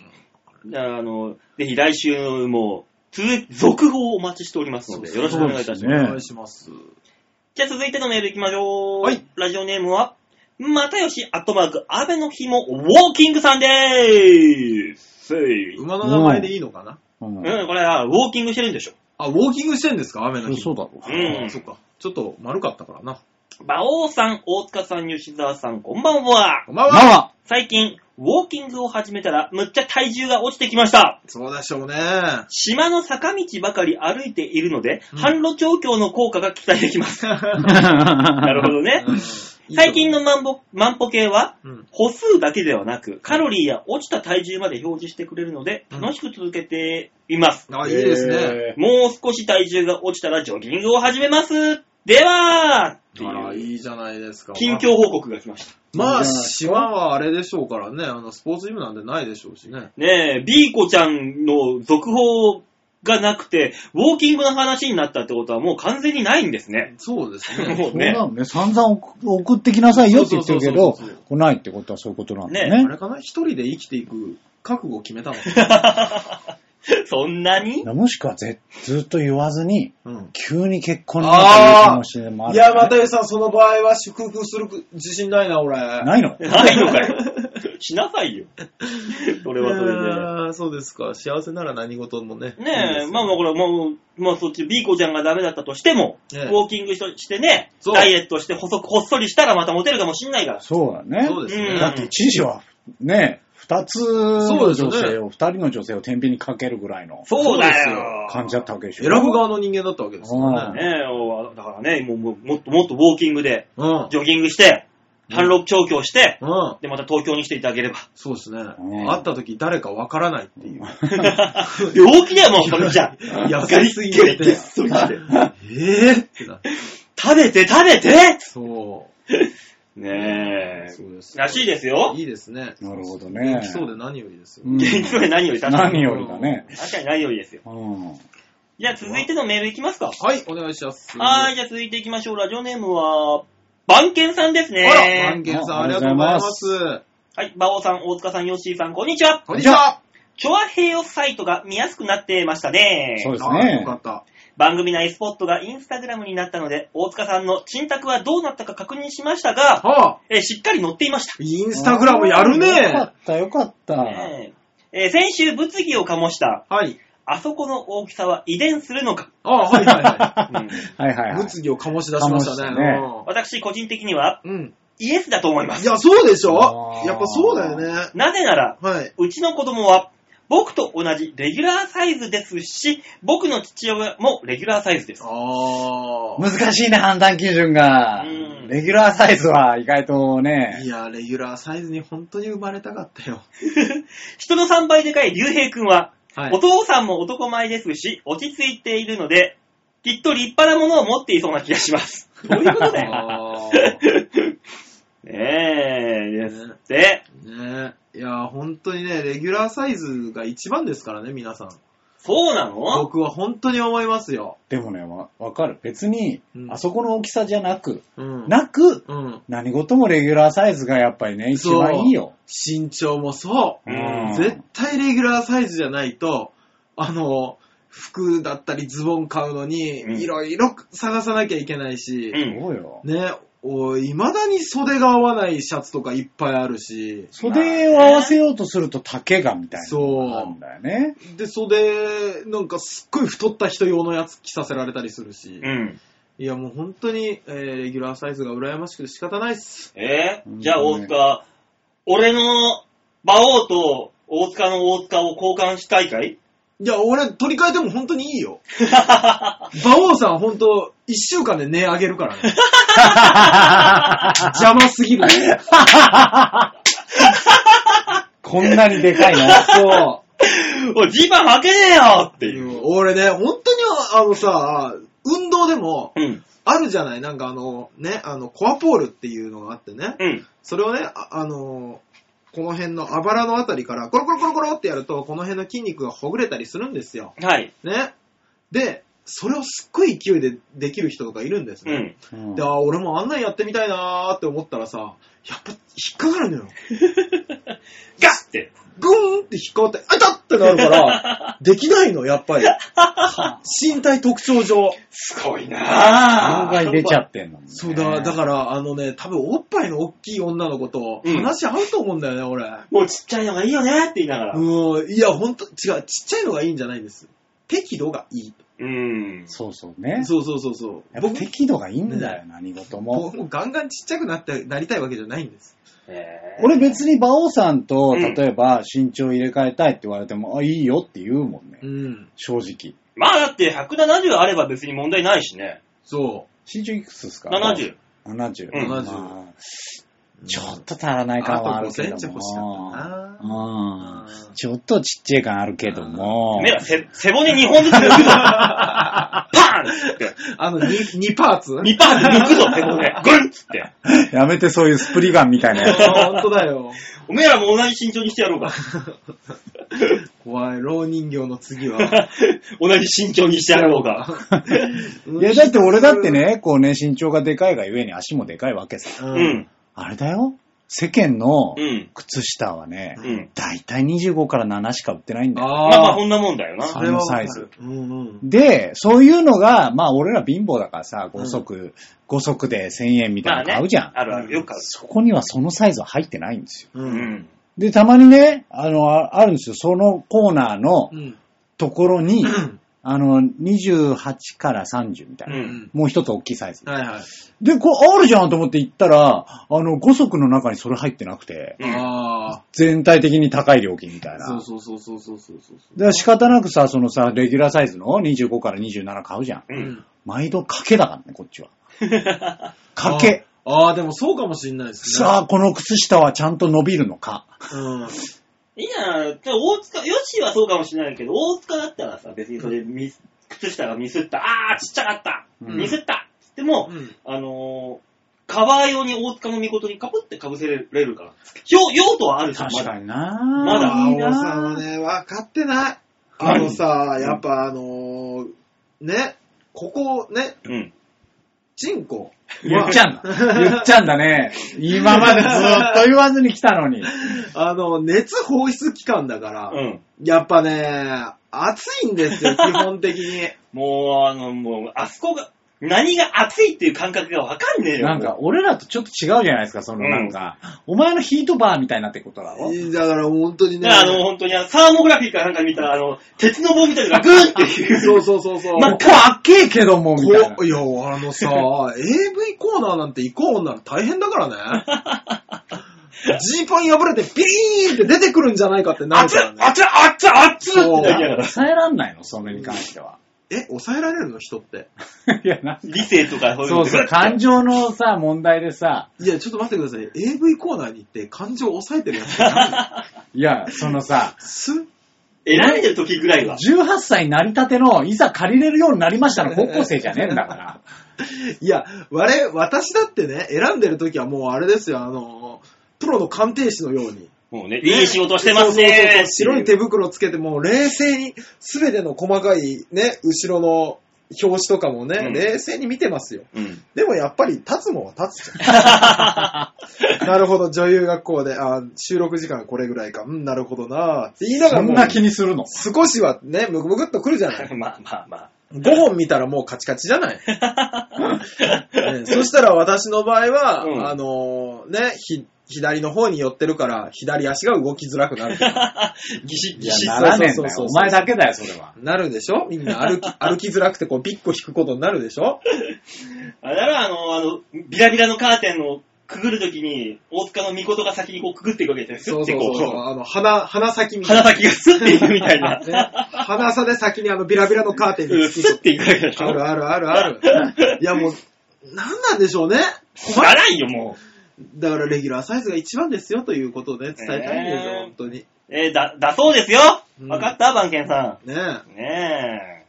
B: じゃあ、あの、ぜひ来週も、続、続報をお待ちしておりますので、よろしくお願いいたし
D: そうで
B: ます
D: ね
B: す。
C: お願いします。
B: じゃあ続いてのメール行きましょう。
C: はい。
B: ラジオネームは、またよし、アットマーク、安倍のひも、ウォーキングさんでーす。うん、
C: 馬の名前でいいのかな、
D: うん
B: これは、ウォーキングしてるんでしょ。
C: あ、ウォーキングしてんですか雨の日。
D: そうだろ
B: う。ん
C: あそっか。ちょっと丸かったからな。
B: 馬王さん、大塚さん、吉沢さん、こんばんは。
C: こんばん
D: まあ
C: は。
D: ま
B: 最近、ウォーキングを始めたら、むっちゃ体重が落ちてきました。
C: そうでしょうね。
B: 島の坂道ばかり歩いているので、
C: うん
B: 販路調教の効果が期待できます。
D: あ。
B: なるほどね。
C: うん
B: 最近、の万歩万歩計は、
C: うん
B: 歩数だけではなく、カロリーや落ちた体重まで表示してくれるので、
C: うん
B: 楽しく続けています。
C: あ、いいですね。
D: え
B: もう少し体重が落ちたらジョギングを始めます。ではってい
C: あら、
B: う
C: いいじゃないですか。
B: 近況報告が来ました。
C: ま
D: いいん
C: あ、
D: じゃないですか
C: 島はあれでしょうからね、あの、スポーツジムなんてないでしょうしね。
B: ねえ、ビーコちゃんの続報がなくて、ウォーキングの話になったってことはもう完全にないんですね。
C: そうです
B: も
C: ね。
B: う
D: そう
B: ね
D: な。のね。散々送送ってきなさいよって言ってるけ
C: そ
D: ど
C: うそうそうそう、
D: 来ないってことはそういうことなんだ
C: あ
D: よね。
C: れかな一人で生きていく覚悟を決めたのかな。
B: そんなに
D: もしくはぜずっと言わずに、
C: うん。
D: 急に結婚になった可能性もあ
C: い
D: るよ
C: や、
D: ね。
C: またよさん、その場合は祝福する自信ないな、俺。な
D: ないの
B: ないのか よ。しなさいよ。それはそれ
C: そうですか。幸せなら何事もね。
B: で。ねえ、まあまあこれはもう、まあそっち、ビーコちゃんがダメだったとしても、
C: え
B: ウ
C: え
B: ォーキングししてね、
C: そう
B: ダイエットして細く、ほっそりしたらまたモテるかもしんないから。
D: そうだね。
C: そうですね。
B: うん
D: だって知事は、ね、二つの
C: そう
D: 女
C: ですよね
D: 性を、二人の女性を天秤にかけるぐらいの
B: そうだ
C: そうです
B: よ。
D: 感じだったわけでしょ。
C: 選ぶ側の人間だったわけですからね。
B: ねえおだからね、もうもうもっともっとウォーキングで、
C: うん。
B: ジョギングして、半六調教して、
C: うん。
B: で、また東京に来ていただければ。
C: そうですね。
D: うん
C: 会った時誰かわからないっていう。
B: 病気だよ、もう、これじゃ。
C: 痩せすぎて
B: ガリッガリゲッソギで
C: えぇってなって。
B: 食べて、食べて
C: そ
B: ねえ。
C: う。そうです。
B: らしいですよ。
C: いいですね。
D: なるほどね
C: 元気そうで何よりですよ。
D: うん
B: 元気そうで何より確か
D: 何
B: に。
D: よりだね。
B: 確かに何よりですよ。
D: うん。
B: じゃあ続いてのメールいきますか。
C: はい、お願いします。
B: はーい、じゃあ続いていきましょう。ラジオネームは、番犬さんです
C: あら、
B: ね
C: 万。ンさん、ありがとうございます。
B: はい、馬王さん、大塚さん、ヨッシーさん、こんにちは。
C: こんにちは。
B: チョアヘヨサイトが見やすくなってましたね。
D: そうです
C: あよ
D: ね
C: か。った。
B: 番組内スポットがインスタグラムになったので、大塚さんの沈託はどうなったか確認しましたが、
C: はあ、
B: えーしっかり載っていました。
C: インスタグラムやる
D: よか
C: ね
D: った、よかった。
B: ねええー先週物議を醸した、
C: はい。
B: あそこの大きさは遺伝するのか。
C: あはいはい は
B: うん
D: はいはい
C: い。
D: はい。
C: 物議を醸し出しましたね。
D: 醸
B: 私個人的には、
C: うん。うん
B: イエスだと思いま
C: い
B: す。
C: や、そうでしょ
D: あー
C: やっぱそうだよね。
B: なぜなら、
C: はい。
B: うちの子供は、僕と同じレギュラーサイズですし、僕の父親もレギュラーサイズです。
C: あ
D: 難しいね、判断基準が
B: うん。
D: レギュラーサイズは意外と
C: あ。
D: ね
C: い、や、レギュラーサイズに本当に生まれたかった よ。
B: 人の3倍でかい竜兵くんは、
C: はい
B: お。父さんも男前ですし、落ち着いているので、きっと立派なものを持っていそうな気がします。どういうことだよ。
C: あー
B: ねえ、ですって。
C: ねいや、本当にね、レギュラーサイズが一番ですからね、皆さん。
B: そうなの
C: 僕は本当に思いますよ。
D: でもね、わわかる。別に
C: う、ん
D: あそこの大きさじゃなく、
C: うん。
D: なく、
C: うん。
D: 何事もレギュラーサイズがやっぱりね、一番いいよ。
C: 身長もそう。
B: うん
C: 絶対レギュラーサイズじゃないと、あの、服だったりズボン買うのに、
B: うん
C: いろいろ探さなきゃいけないし
B: う、ん。
D: そうよ。
C: ね、おいまだに袖が合わないシャツとかいっぱいあるし、
D: 袖を合わせようとすると丈がみたいなのがあるんだよね。
C: で、袖、なんかすっごい太った人用のやつ着させられたりするし、
B: うん。
C: いやもう本当に、えーレギュラーサイズが羨ましくて仕方ないっす。
B: え
D: う
B: ー、
D: ん
B: じゃあ大塚、俺の馬王と大塚の大塚を交換したいかい
C: いや、俺取り替えても本当にいい よ。馬王さん本当、一週間で値上げるからね。邪魔すぎる。
D: こんなにでかいの。
C: そ
B: おい、ジーパン履けねえよって
C: う
B: いう。
C: ん。 俺ね、本当にあのさ、運動でも、
B: うん。
C: あるじゃないなんかあの、ね、あの、コアポールっていうのがあってね。
B: うん。
C: それをね、ああのーこの辺のあばらのあたりから、コロコロコロコロってやると、この辺の筋肉がほぐれたりするんですよ。
B: はい。
C: ね。で、それをすっごい勢いでできる人とかいるんです
B: う
C: ね。
B: ん。
D: うん
C: で、あー俺もあんなんやってみたいなーって思ったらさ、やっぱ引っかかるのよ。
B: ガッって。
C: グーンって引っかかって、あたってなる から、できないの、やっぱり。身体特徴上。
B: すごいな
D: 案
B: ぁ。
D: 外出ちゃってんのもんね。
C: そうだ、だから、あのね、多分おっぱいの大きい女の子と
B: うん
C: 話合うと思うんだよね、俺。
B: もうちっちゃいのがいいよねって言いながら。
C: うん、いや、ほんと、違う、ちっちゃいのがいいんじゃないんです。適度がい
B: うん。
D: そうそうね
C: い。。そうそうそうそう
D: や。っぱ
C: 僕、
D: 適度がいいんだよ、何事も
C: 僕。もうガンガンちっちゃくなって、なりたいわけじゃないんです。
B: えー
D: 俺別に馬王さんと、
B: うん
D: 例えば身長入れ替えたいって言われても、あ、いいよって言うもんね
C: う。ん。
D: 正直。
B: まあだって170あれば別に問題ないしね。
C: そ
D: 身長いくつですか
B: 70。。
D: 70。
B: うん
D: まあ
C: う。
D: ちょっと足らない感はあるけど
C: あと5センチ欲しか
D: も。
C: ったな
D: うん。ちょっとちっちゃい感あるけども。
B: 目がせ背骨2本ずつ 抜くぞ。パーンって。
C: あの、2, 2パーツ
B: 2パーツ抜くぞ、背骨。ぐるっつって。
D: やめてそういうスプリガンみたいな やつ。
C: あーほんとだよ。
B: おめえらも同じ身長にしてやろうか。
C: 怖い、老人形の次は。
B: 同じ身長にしてやろうか。
D: いや、だって俺だってね、こうね、身長がでかいがゆえに足もでかいわけさ。
C: う。
B: うんん。
D: あれだよ。世間の
B: うん。
D: 靴下はね、
B: うん。
D: だいたい25から7しか売ってないんだよ。
B: まあまあ、
C: あ
B: こんなもんだよな。
C: あ、
D: そ
B: は
C: れはわか
D: あ
C: る
D: のサイズ。
C: うんうん。
D: で、そういうのが、まあ俺ら貧乏だからさ、
C: うん
D: 5足、5足で1000円みたいなの買うじゃん。
B: あるある。よくある。
D: そこにはそのサイズは入ってないんですよ。
C: う。
B: うんん。
D: で、たまにね、あの、ああるんですよ。そのコーナーの
C: うん。
D: ところに、あの、28から30みたいうな。
B: ん。
D: もう一つ大きいサイズ。
C: はいはい。
D: で、こう、あるじゃんと思って行ったら、あの、5足の中にそれ入ってなくて、
B: うん。
C: あ
D: 全体的に高い料金みたい
C: あ。
D: な。
C: そうそうそうそうそうそうそう。
D: だから仕方なくさ、そのさ、レギュラーサイズの25から27買うじゃん。
B: う。
C: うんん。
D: 毎度賭けだからね、こっちは。賭け。
C: あーあー、でもそうかもしんないですね。
D: さあ、この靴下はちゃんと伸びるのか。
C: うん。
B: いいじゃん。大塚、ヨッシーはそうかもしれないけど、大塚だったらさ、別にそれミス、靴下がミスった。あー、ちっちゃかった。
D: うん
B: ミスった。つっても、
C: うん
B: あのー、カバー用に大塚の見事にかぶってかぶせれるから。用用途はあるじゃん、まだ。
D: にな
B: まだ
D: いい
C: 馬王さん
D: な
C: はね、分かってない。あ
B: 何
C: のさ、やっぱあのーね、ここね、
B: うん。
C: チンコ。
D: 言っちゃうんだ。言っちゃうんだね。今までずっと言わずに来たのに。
C: あの、熱放出期間だから、
B: うん。
C: やっぱね、暑いんで すよ、基本的に。
B: もう、あの、もう、あそこが、何が熱いっていう感覚がわかんねえよ。
D: なんか、俺らとちょっと違うじゃないですか、そのなんか、お前のヒートバーみたいなってことだろ
C: だから本当に
B: ね、、
C: ね
B: あの、本当にあの、サーモグラフィーかなんか見たら、あの、鉄の棒みたいなのがグーンっていう。
C: そうそうそうそう。
D: まここあっけえけども、みたいな
C: こ。ういや、あのさ、AV コーナーなんて行こうなら大変だか らね。ジーパン破れてビリーンって出てくるんじゃないかってなる
B: 熱
C: か
B: っ
C: らね。
B: 熱っ熱っ熱っ
C: そう
B: ってなりながら
D: 抑えらんないの、それに関しては。
C: え、抑えられるの人って。
D: いや、なんか
B: 理性とかそういう
D: そ
B: の
D: うそう、感情のさ、問題でさ、
C: いや、ちょっと待ってください。AV コーナーに行って感情を抑えてるやつって何
D: いや、そのさ、
C: す
B: 選んでる時ぐらいは。
D: 18歳なりたての、いざ借りれるようになりましたの高校生じゃねえんだから。
C: いや、我、私だってね、選んでる時はもうあれですよ、あの、プロの鑑定士のように。
B: もうね、
C: ね
B: いい仕事してますね
C: そうそうそう白い手袋つけて、もう冷静に、すべての細かいね、後ろの表紙とかもね、
B: うん
C: 冷静に見てますよ。
B: うん。
C: でもやっぱり立つもんは立つじ ゃん。なるほど、女優学校で、あ収録時間これぐらいか、うん、なるほどなって言いなが
D: そ
C: ら
D: ん
C: もう、
D: な気に するの。
C: 少しはね、ムクムクっとくるじゃない。
B: まあまあまあ。
C: 5本見たらもうカチカチじゃない。 ねそしたら私の場合は、
B: うん
C: あのーね、ひ左の方に寄ってるから、左足が動きづらくな る。
B: ギシッ
D: い
B: ギ
D: や、
B: シッ。
D: ならねえん
C: そう
D: だ
C: そ
D: よ。
C: うそうそう
D: お前だけだよ、それは。
C: なるでしょみんな歩 き、歩きづらくて、こう、ピッコ引くことになるでしょ
B: あれだろ、あの、あの、ビラビラのカーテンをくぐるときに、大塚の御事が先にこうくぐっていくわけですよ。
C: そう
B: スッ
C: そ
B: て
C: う
B: こ
C: そう
B: う。
C: あの、鼻、鼻先みたい
B: 鼻
C: な。
B: 先がスッていくみたい な。
C: ね、鼻さで先にあの、ビラビラのカーテンに
B: うん
C: 突き
B: スッていくわけでしょ。
C: あるあるあるある。いや、もう、なんなんでしょうね。
B: 知らないよ、も
C: だから、レギュラーサイズが一番ですよ、ということで伝えたいんですよ、
B: ねえ
C: 本当に。
B: う。えーだ、だそうですよ
C: うん
B: わかった、番犬さ
C: ね
B: ん。ねえ。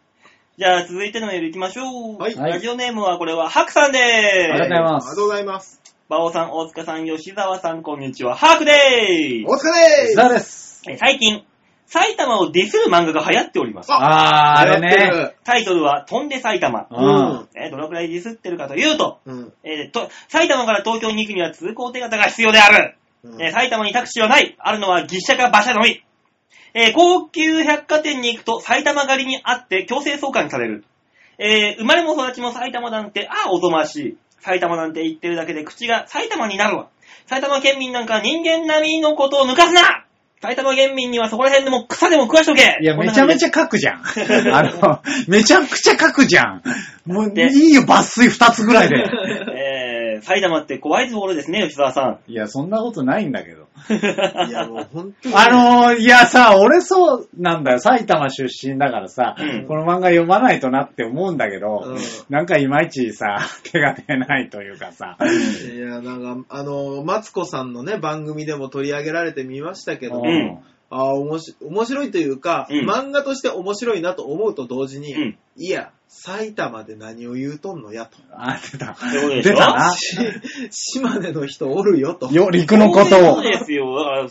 B: じゃあ、続いてのメール行きましょう。
C: はい
B: ラジオネームは、これは、ハクさんで
C: え。
D: ありがとうござい
B: ーす。
D: ま
C: あ
D: す
C: りがとうございます。
B: 馬王さん、大塚さん、吉沢さん、こんにちは。ハクでー
C: お疲れ
D: 吉沢で
B: す。
D: す。
B: えー最近、埼玉をディスる漫画が流行っております。
D: あー、あれね。
B: タイトルは、飛んで埼玉。
D: うん
C: うん。
B: えーどのくらいディスってるかというと、
C: うん。
B: えーと埼玉から東京に行くには通行手形が必要である。
C: うん
B: えー埼玉にタクシーはない。あるのは牛車か馬車のみ。えー高級百貨店に行くと埼玉狩りにあって強制送還される。えー生まれも育ちも埼玉なんて、ああ、おぞましい。埼玉なんて言ってるだけで口が埼玉になるわ。埼玉県民なんか人間並みのことを抜かすな埼玉県民にはそこら辺でも草でも食わしとけ
D: いや、めちゃめち
B: ゃ。
D: ゃ書くじゃ ん。あの、めちゃくちゃ書くじゃん。もう、
B: で
D: いいよ、抜粋2つぐらいで。
B: えー埼玉って怖いところですね、吉沢さん。
D: いや、そんなことないんだけど。
C: いや、もう本 当に。
D: あのーいやさ、俺そうなんだよ。埼玉出身だからさ、
B: うん
D: この漫画読まないとなって思うんだけど、
C: うん
D: なんかいまいちさ、 手が出ないというかさ、
C: いや、なんか、あの、マツコさんのね、番組でも取り上げられてみましたけど、
D: う
B: うんん
C: ああ、おもし面白いというか、
B: うん
C: 漫画として面白いなと思うと同時に、
B: うん
C: いや、埼玉で何を言うとんのや と。
D: あ、出た。
B: そういうことでしょ
D: 出たな。
C: 島根の人おるよと。
D: よ、陸のこ
B: そ
D: と
B: うですよ。だから、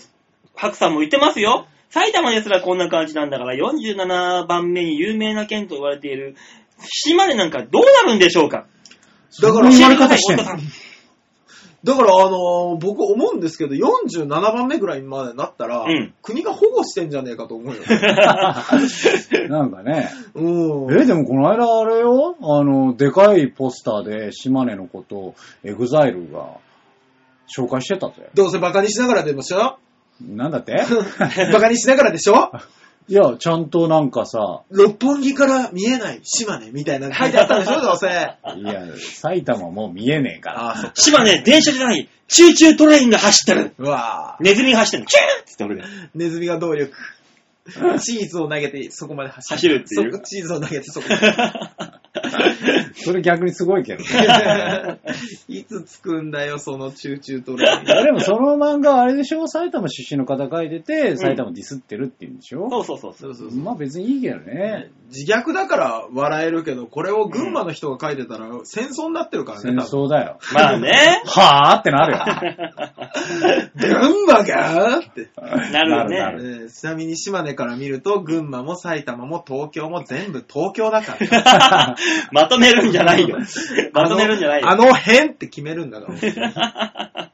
B: 白さんも言ってますよ。埼玉ですらこんな感じなんだから、47番目に有名な県と言われている島根なんかどうなるんでしょうか
C: だから
D: そんな言われ
B: 教え
D: 方
B: て
D: してん
B: く
D: の
B: ださい太田
C: だから、あのー僕思うんですけど、47番目ぐらいまでなったら、
B: うん
C: 国が保護してんじゃねえか と思うよ。
D: を。なんかね。
C: うん。
D: え、でもこの間あれよ、あの、でかいポスターで島根のことをエグザイルが紹介してたぜ。
C: どうせバカにしながらでもしょ
D: なんだって
C: バカにしながらでしょ
D: いや、ちゃんとなんかさ、
C: 六本木から見えない島根みたいなの書いてあったんでしょどうせ。
D: いや、埼玉もう見えねえから。
C: あ、そっ
B: 島ね、電車じゃない、チューチュートレインが走ってる。
C: うわ
B: ネズミが走ってる。キューって俺が。
C: ぁ。ネズミが動力。チーズを投げてそこまで走る。
B: 走るっていう
C: そこチーズを投げてそこま で。
D: それ逆にすごいけど ね。
C: いつ着くんだよ、そのチューチュートレイン
D: い。やでもその漫画あれでしょ埼玉出身の方書いてて、埼玉ディスってるって言うんでしょ、
B: そうそうそうそ。
C: そううそうそう。
D: まあ別にいいけどね。
C: 自虐だから笑えるけど、これを群馬の人が書いてたら戦争になってるから
D: 戦
C: ね、多分。
D: 争だよ。
B: まあね。
D: はぁってなるよ。
C: 群馬がって。
B: なるよね
D: な
C: え
D: な
C: ーちなみに島根から見ると、群馬も埼玉も東京も全部東京だから。
B: まとめるんじゃないよ。まとめるんじゃない
C: あ
B: よ。
C: のあの辺って決めるん だから。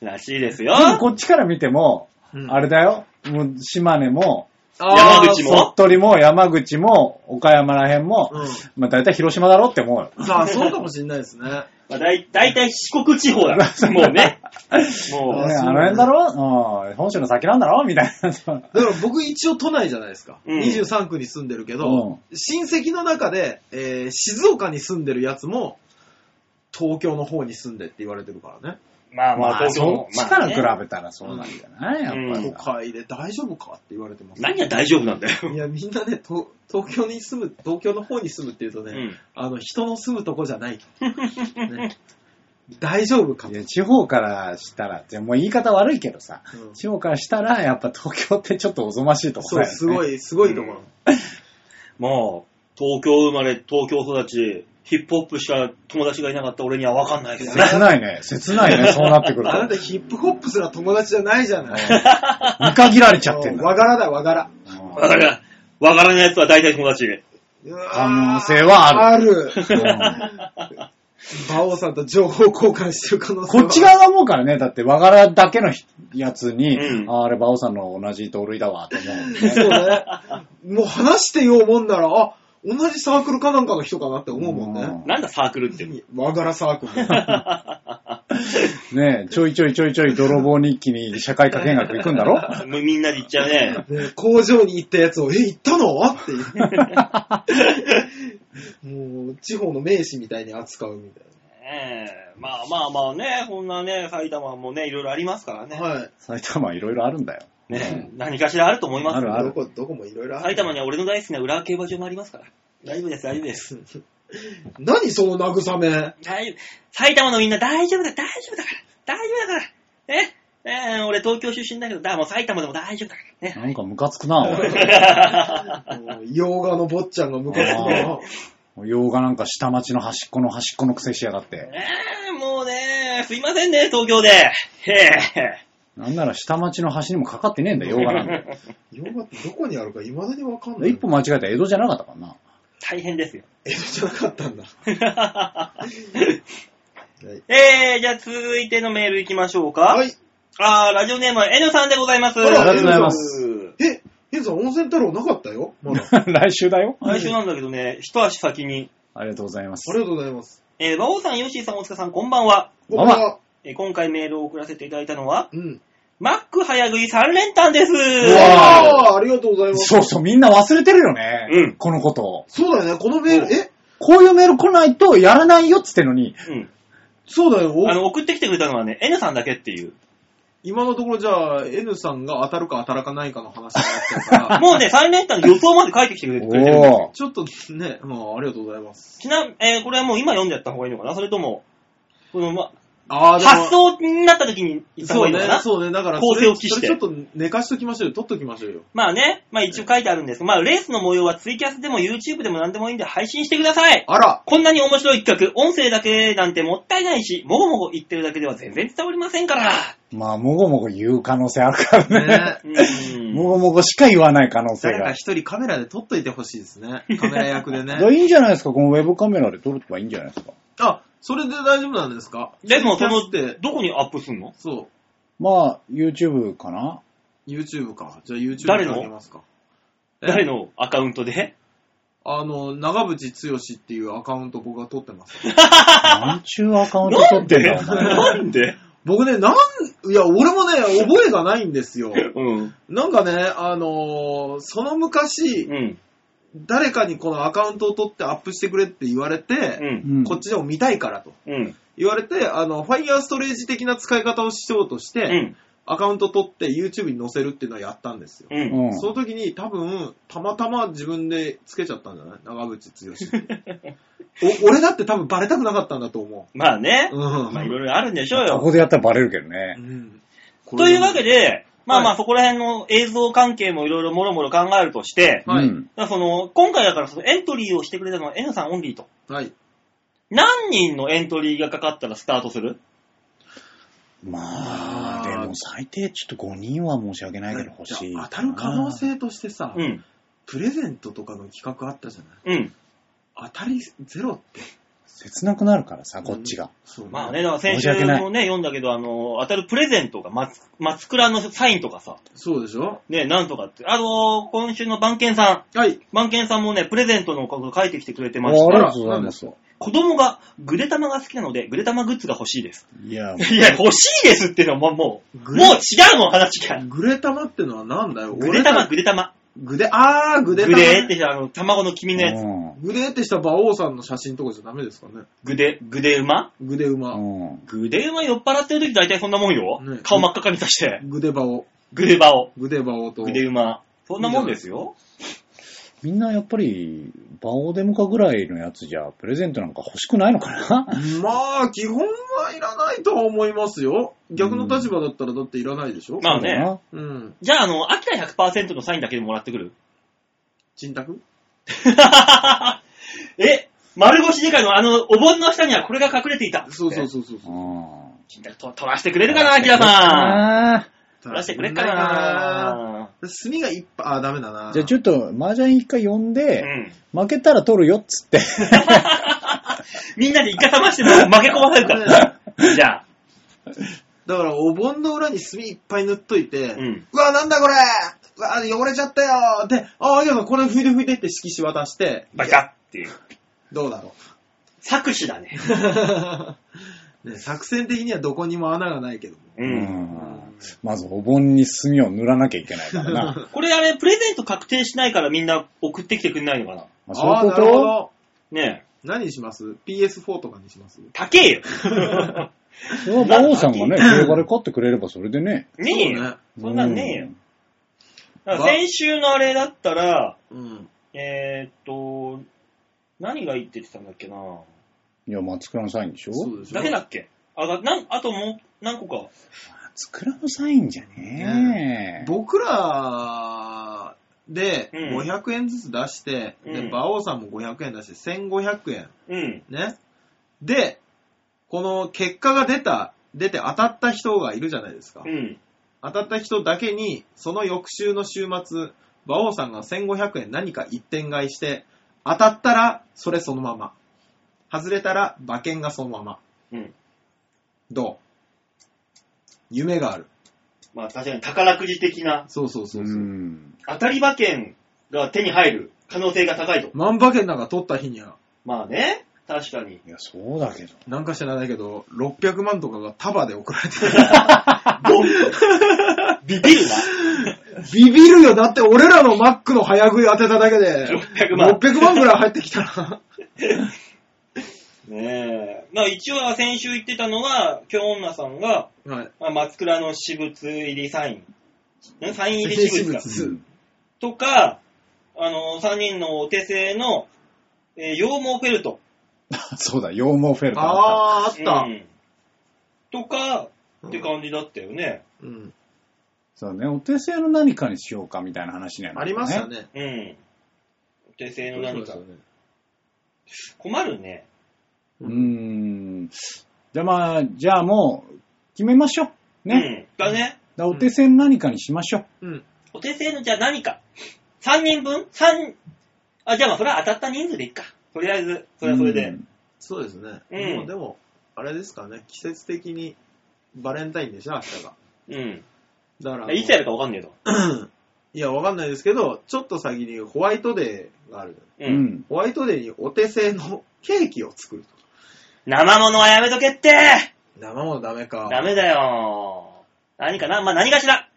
B: らしいですよ
D: で。もこっちから見ても、
C: うん
D: あれだよ。もう島根も、
C: あー
B: 山口も
D: 鳥取も山口も岡山ら辺も、
C: うん
D: まあ大体広島だろって思うよ。
C: まあ、そうかもしれないですね。
B: まあ、だいたい四国地方だ。もうね。も
C: あ
D: ね
C: そう
D: あの辺だろうん。本州の先なんだろみたいな。
C: だから僕一応都内じゃないですか。
B: うん
C: 23区に住んでるけど、親戚の中で、えー静岡に住んでるやつも、東京の方に住んでって言われてるからね。
B: う、まあまあ、
D: まあ、
B: 東京
D: そ
B: も
D: っちから比
B: まあね
D: べたらそうなんじゃないやっ
B: う
D: ぱ
B: ん
D: り
C: 都
D: さ。
C: 会で大丈夫かって言われてます。
B: 何が大丈夫なんだよ。
C: いや、みんなね、と東京に住む、東京の方に住むっていうとね、
B: うん
C: あの、人の住むとこじゃない と。ね大丈夫か
D: いや地方からしたら、でもう言い方悪いけどさ、
C: うん
D: 地方からしたら、やっぱ東京ってちょっとおぞましいとこ
C: そう、
D: ろだよね。
C: すご
D: い。
C: い、すごいところ。
B: もう、東京生まれ、東京育ち、ヒップホップしか友達がいなかった俺にはわかんないけどね。
D: 切ないね。切ない ね。そうなってくる
C: あな
D: と
C: た。ヒップホップすら友達じゃないじゃない。
D: 見限られちゃってん
C: わが
D: だ。
C: らだ、わがら。
B: わかるわ。わからない奴は大体友達。
D: 可能性はあ
C: る。あ
D: う
C: る。
D: ん
C: 馬王さんと情報交換してる可能性
D: こ
C: は
D: っち側が思うからね、だって、和柄だけのひやつに、
B: うん
D: ああれ、馬王さんの同じ同類だわ、と思う。
C: そうね。もう話してようもんなら、あ、同じサークルかなんかの人かなって思うもんね。
B: なんだサークルって。
C: わがらサークル。
D: ねえ、ちょいちょいちょいちょい泥棒日記に社会科見学行くんだろ
B: もうみんなで言っちゃうね。
C: ね工場に行ったやつを、え、行ったのっていう。もう、地方の名士みたいに扱うみたい
B: ねえまあまあまあね、こんなね、埼玉もね、いろいろありますからね。
C: な。はい。
D: 埼玉はいろいろあるんだよ。
B: ねえ何かしらあると思います
D: あるある
C: どこ、どこもいろいろあ
B: 埼
C: る。
B: 玉には俺の大好きな裏競馬場もありますから。大丈夫です、大丈夫です。
C: 何その慰め。
B: 大丈夫。埼玉のみんな大丈夫だ、大丈夫だから。大丈夫だから。ねええ俺東京出身だけど、だもう埼玉でも大丈夫だから。ね
D: なんかムカつくな、おい。
C: もう洋画の坊っちゃんがムカつくな
D: あ。 もう洋画なんか下町の端っこの端っこの癖しやがって。
B: ねえもうね、すいませんね、東京で。へえ。
D: なんなら下町の端にもかかってねえんだよ、洋画なんて。
C: 洋画ってどこにあるか未だにわかんない。
D: 一歩間違えたら江戸じゃなかったからな。
B: 大変ですよ。
C: 江戸じゃなかったんだ。はい。
B: えー、じゃあ続いてのメール行きましょうか。
C: はい。
B: あー、ラジオネーム、N さんでございます。。
C: あらありがとうございますえ、ヘンさん温泉太郎なかったよまだ。あ
D: 来週だよ。
B: 来週なんだけどね、一足先に、
D: ありがとうございます。
C: りがとうございます。
B: えー、馬王さん、ヨッシーさん、大塚さん、こんばんは。
C: こんばん
B: え
C: は。
B: ー今回メールを送らせていただいたのは、
C: うん。
B: マック早食い3連単です。
D: うわ
C: あー、ありがとうございます。
D: そうそう、みんな忘れてるよね。
B: うん
D: このことを。
C: そうだよね、このメー
B: うん
C: ル、え、
D: こういうメール来ないとやらないよっつってのに、
B: うん。
C: そうだよ。
B: あ
C: お
B: の、送ってきてくれたのはね、N さんだけっていう。
C: 今のところじゃあ、N さんが当たるか当たらかないかの話になっちゃうから、
B: もうね、3連単の予想まで書いてきてくれて るんで。
D: おー
C: ちょっとね、まあ、ありがとうございます。
B: ちな、えー、これはもう今読んでやった方がいいのかなそれとも、この、ま、
C: あー
B: 発想になった時に言った方
C: そ
B: が
C: う
B: いいのか
C: ね
B: な、
C: そうね、だから
B: 構
C: そ
B: 成を
C: れ、
B: 期
C: そ
B: して
C: れちょっと寝かしときましょうよ、取っときましょうよ。
B: まあね、まあ一応書いてあるんです。まあレースの模様はツイキャスでも YouTube でも何でもいいんで配信してください。
C: あら、
B: こんなに面白い企画、音声だけなんてもったいないし、もごもご言ってるだけでは全然伝わりません から。
D: まあ、もごもご言う可能性あるからね。
C: ね
B: う
D: も
B: ん。
D: ごもごしか言わない可能性
C: 誰か
D: が。
C: 一人カメラで撮っといてほしいで すね。カメラ役でね
D: だ。いいんじゃないですかこのウェブカメラで撮るとはいいんじゃないですか
C: あ、それで大丈夫なんですか
B: でも、そ
C: ツイキャ
B: の
C: スって、、
B: どこにアップすんの
C: そう。
D: まあ、YouTube かな
C: YouTube か。じゃあ YouTube
B: 誰の
C: にあげますか。え
B: 誰のアカウントで
C: あの、長渕剛っていうアカウント僕が撮ってます。
D: なんちゅうアカウント撮ってんだ、お前
B: なんで
C: 僕ね、なん、いや、俺もね、覚えがないんですよ。
B: うん。
C: なんかね、あのーその昔、
B: うん。
C: 誰かにこのアカウントを取ってアップしてくれって言われ
B: う
C: て、
B: ん。
D: うん
C: こっちでも見たいからと
B: うん。
C: 言われて、あの、ファイヤーストレージ的な使い方をしようとして、
B: うん。
C: アカウント取って YouTube に載せるっていうのはやったんですよ。
B: う。
D: うんん
C: その時に多分、たまたま自分でつけちゃったんじゃない長渕剛 って。お俺だって多分バレたくなかったんだと思
B: まあね
C: う。。うん。
B: まあいろいろあるんでしょう
D: こ
B: よ。
D: こでやったらバレるけどね。
C: うん
B: というわけで、まあま
C: は
B: あ
C: い
B: そこら辺の映像関係もいろいろもろもろ考えるとして、
C: はい
D: う
B: だ
D: ん。
B: からその、今回だからそのエントリーをしてくれたのは N さんオンリーと。
C: はい。
B: 何人のエントリーがかかったらスタートする
D: ま
C: あ
D: あ、
C: ー
D: でも最低ちょっと5人は申し訳ないけど欲しい
C: じゃ
D: な。
C: あ当たる可能性としてさ、
B: うん。
C: プレゼントとかの企画あったじゃない
B: うん。
C: 当たりゼロって。
D: 切なくなるからさ、こっちが。
C: そう
B: まあね、だから先週
D: 申し訳ない
B: もね、読んだけど、あの、当たるプレゼントが松、松倉のサインとかさ、
C: そうでしょ
B: ね、なんとかって。あの、今週の番犬さ
C: はい。
B: ん、番犬さんもね、プレゼントのこと書いてきてくれて
D: ああ
B: まし
D: り
B: て、
D: がとうございます。
B: 子供がグレ玉が好きなので、グレ玉グッズが欲しい です。
D: いや、
B: いや、 欲しいですってのはもう、もう、
C: グレ
B: もう違うもん、話が。
C: グレ玉ってのはなんだよ
B: グレ玉、
C: 俺た
B: グレ玉。
C: グレ、あー、グ
B: グ
C: レ
B: レ
C: 玉。
B: ーって、あの、卵の黄身のやつ。
D: う
C: グレーってした馬王さんの写真とかじゃダメですかね。
B: グデ、グデ馬
C: グレ馬。
D: ん。うん。
B: グデ馬酔っ払ってる時大体そんなもんよ。
C: ね
B: 顔真っ赤かにさして。
C: グデバオ。
B: グデ馬を。
C: グデバオと。
B: グデ馬。そんなもんですよ。
D: みんなやっぱり、バオデモカぐらいのやつじゃ、プレゼントなんか欲しくないのかな
C: まあ、基本はいらないとは思いますよ。逆の立場だったらだっていらないでしょ。
B: まあね。
C: うん。
B: じゃあ、あの、秋田100%のサインだけでもらってくる
C: 人宅
B: え丸腰理科のあの、お盆の下にはこれが隠れていた。
C: そうそう
B: う。
C: そうそう。
D: そうだな。うん。
B: と取らしてくれるかな、秋田さん。
D: あ
B: 取らしてくれるか
C: ない
B: な。
C: な炭がいっぱい、あ、ダメだな。
D: ーじゃあちょっと、麻雀一回呼ん
B: う
D: で、
B: ん。
D: 負けたら取るよっつって。
B: みんなで一回覚まして も負け込ませるから。じゃあ。
C: だから、お盆の裏に炭いっぱい塗っといて、
B: うん。
C: うわ、なんだこれうわ、汚れちゃったよで、あ、あ、いや、これ拭いて拭いてって色紙渡して、
B: バキャっていう。
C: どうだろ
B: 作詞だね。
C: う。ね、作戦的にはどこにも穴がないけども。
B: う。
D: うんん。まず、お盆に墨を塗らなきゃいけないから な。
B: これあれ、プレゼント確定しないからみんな送ってきてくんないのかな
D: あそういうこ
C: あなるほ
D: と
C: ど。
B: ねえ。
C: 何にします ?PS4 とかにします
B: 高え よ
D: それは馬王さんがね、競馬で勝ってくれればそれでね。
B: ねえ
C: そう
B: よ
C: ね。
B: そんなんねえよ
D: うん。
B: だから先週のあれだったら、
C: うん。
B: えー、っと、何が言ってたんだっけない
D: や、松倉のサインでしょ
C: そうでしょ。
B: だけだっけあがなんあともう何個か。
D: 松倉のサインじゃねえ。
C: 僕らで
B: うん
C: 500円ずつ出して、
B: うん
C: で、馬王さんも500円出して、1500円。
B: うん。
C: ね。で、この結果が出た、出て当たった人がいるじゃないですか
B: う。ん。
C: 当たった人だけに、その翌週の週末、馬王さんが1500円何か一点買いして、当たったらそれそのまま。外れたら馬券がそのまま。
B: うん。
C: どう夢がある。
B: まあ確かに宝くじ的な
C: そうそうそううそう。
D: ん。
B: 当たり馬券が手に入る可能性が高いと。
C: 万馬券なんか取った日には、
B: まあね、確かに。
D: いや、そうだけど。
C: なんか知らないけど、600万とかが束で送られてた。
B: ドンビビるな。
C: ビビるよ。だって俺らのマックの早食い当てただけで、
B: 600万
C: 600万ぐらい入ってきた ら。
B: ねえ。まあ一応先週言ってたのは、京女さんが、
C: はい。
B: まあ、松倉の私物入りサイン。んサイン入り私物か
C: 私。物うん
B: とか、あの、3人のお手製の、えー羊毛フェルト。
D: そうだ、羊毛フェルトあ
C: あ
D: っ
C: ー、あ
B: う
C: っ
B: んとか、
C: た。
B: って感じだったよね。
C: うん。
D: た。そうね、お手製の何かにしようかみたいな話にはな
C: あ
D: る
C: り
D: よ
C: ました。ね。
B: うん。お手製の何か
C: そう。ですよね
B: 困るね。
D: うーん。じゃあまあ、じゃあもう、決めましょう。ね。だか
B: うん。だね。
D: らお手製の何かにしましょう。
C: うん。
B: お手製のじゃあ何か。3人分 ?3、あ、じゃあまあそれは当たった人数でいっか。とりあえず、それはそれで。
D: うん
C: そうですね。
B: うん
C: もうでも、あれですかね、季節的にバレンタインでしょ、明日が。
B: うん。
C: だからあの、
B: いつやるかわかんねえと。
C: いや、わかんないですけど、ちょっと先にホワイトデーがある。
B: う。
D: うんん。
C: ホワイトデーにお手製のケーキを作ると。
B: 生物はやめとけって
C: 生ものダメか。
B: ダメだよ。何かなまあ、何かしら。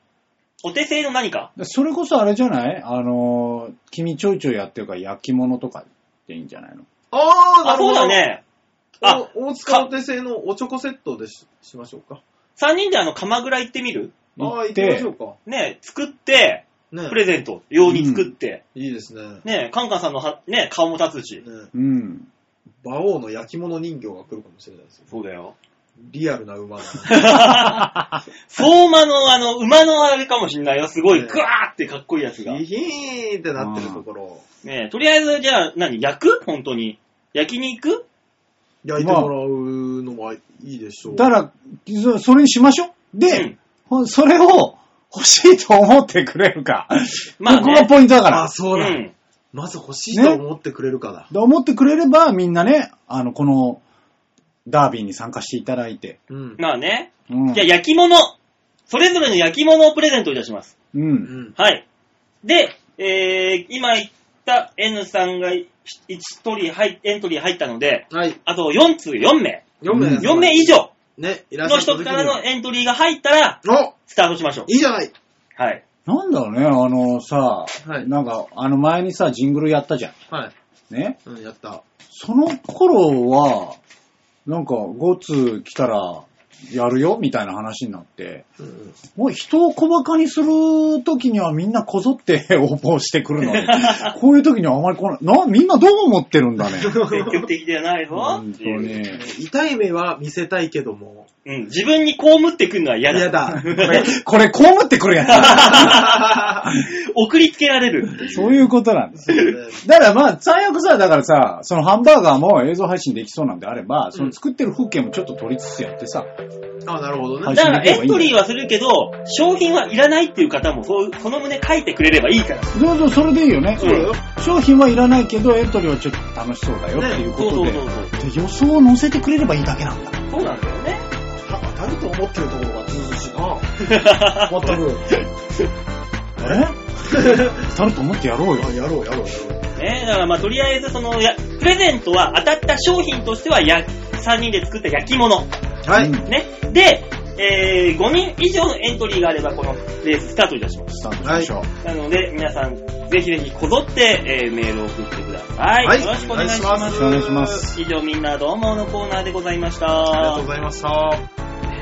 B: お手製の何か
D: それこそあれじゃないあのー、君ちょいちょいやってるから焼き物とかでいいんじゃないの
C: あー、な
B: あ、
C: るほ
B: そうだ。
C: ど。
B: ね。あ、
C: お大塚お手製のおチョコセットでししましょうか。
B: 3人であの、鎌倉行ってみる
C: ああ、
D: 行っ
C: 行きま
D: て
C: しょ、う
B: ね、作って、
C: か。ね
B: プレゼント用に作って、
C: いいですね。
B: ね、カンカンさんのは、ね、顔も立つし。
C: ね
D: うん。
C: 馬王の焼き物人形が来るかもしれないですよ。
B: そうだよ。
C: リアルな馬だ
B: 相馬のあの、馬のあれかもしんないよ。すごい、
C: ね
B: グワーってかっこいいやつが
C: な。。ヒヒーンってなってるところを
B: ねとりあえず、じゃあ、何焼く本当に。焼き肉
C: 焼いてもらうのもいいでしょう。
D: だから、そそれにしましょう。で、ほそれを欲しいと思ってくれるか。
B: まあね
D: ここがポイントだから。
C: あ、そうだ。
B: ん。
C: まず欲しいと思ってくれるかだ。
D: で思ってくれれば、みんなね、あの、この、ダービーに参加していただいて。
C: うん。
B: まあね。
D: うん。
B: じゃあ、焼き物。それぞれの焼き物をプレゼントいたします。
D: う。
C: うんん。
B: はい。で、えー、今言った N さんが1人入っエントリー入ったので、
C: はい。
B: あと4通、4名。
C: 4名です。
B: 4名以上
C: ね、いらっしゃ
B: の
C: った
B: 人
C: 時に
B: からの
C: は。
B: エントリーが入ったら、
C: お
B: スタートしましょう。
C: いいじゃない
B: はい。
D: なんだろうね、あのさ、
C: はい
D: なんか、あの前にさ、ジングルやったじゃ
C: はい。
D: ん。ね。
C: うん、やった。
D: その頃は、なんか、ゴツ来たら、やるよみたいな話になって、
C: うんうん
D: もう人を小馬鹿にする時にはみんなこぞって 応募してくるのに、こういう時にはあまり来ない。な、みんなどう思ってるんだね。
B: 積極的ではないぞ
D: 本
B: っ
D: 当
B: ていう。
D: に。
C: 痛い目は見せたいけども、
B: うん、自分に被ってくるのは嫌だ。
C: 嫌 だ。
D: これ、こうむってくるやつ。
B: 送りつけられる。
D: そういうことなんです。
C: そうね
D: だからまあ、最悪さ、だからさ、そのハンバーガーも映像配信できそうなんであれば、その作ってる風景もちょっと撮りつつやってさ、
C: あ、なるほどね。
D: は
B: だ
D: い
B: からエントリーはするけど、商品はいらないっていう方もそう、その旨書いてくれればいいから。
D: どうぞそれでいいよね。
B: そうだよ
D: 商品はいらないけど、エントリーはちょっと楽しそうだよっていう
B: そ
D: こ
B: うそ
D: と
B: う
D: で。
B: そうそう。
D: で予想を乗せてくれればいいだけなんだ。
B: そうなんだよね。
C: た当たると思ってるところがずうずうしいな。 全
D: え当たると思ってやろうよ
C: く。。あ、やろう、やろう、やろう。
B: ねだからまあとりあえずその、やプレゼントは当たった商品としてはや、3人で作った焼き物。
C: はい。
D: うん
B: ね。で、えー、5人以上のエントリーがあればこのレーススタートいたします。
D: スタートしましょう。
B: なので皆さん、ぜひぜひこぞって、えー、メールを送ってください。
C: はい
B: よろしくお願いしま。
C: お願いします
D: よろしくお願いします。
B: 以上みんなどうものコーナーでございました。
C: ありがとうございました。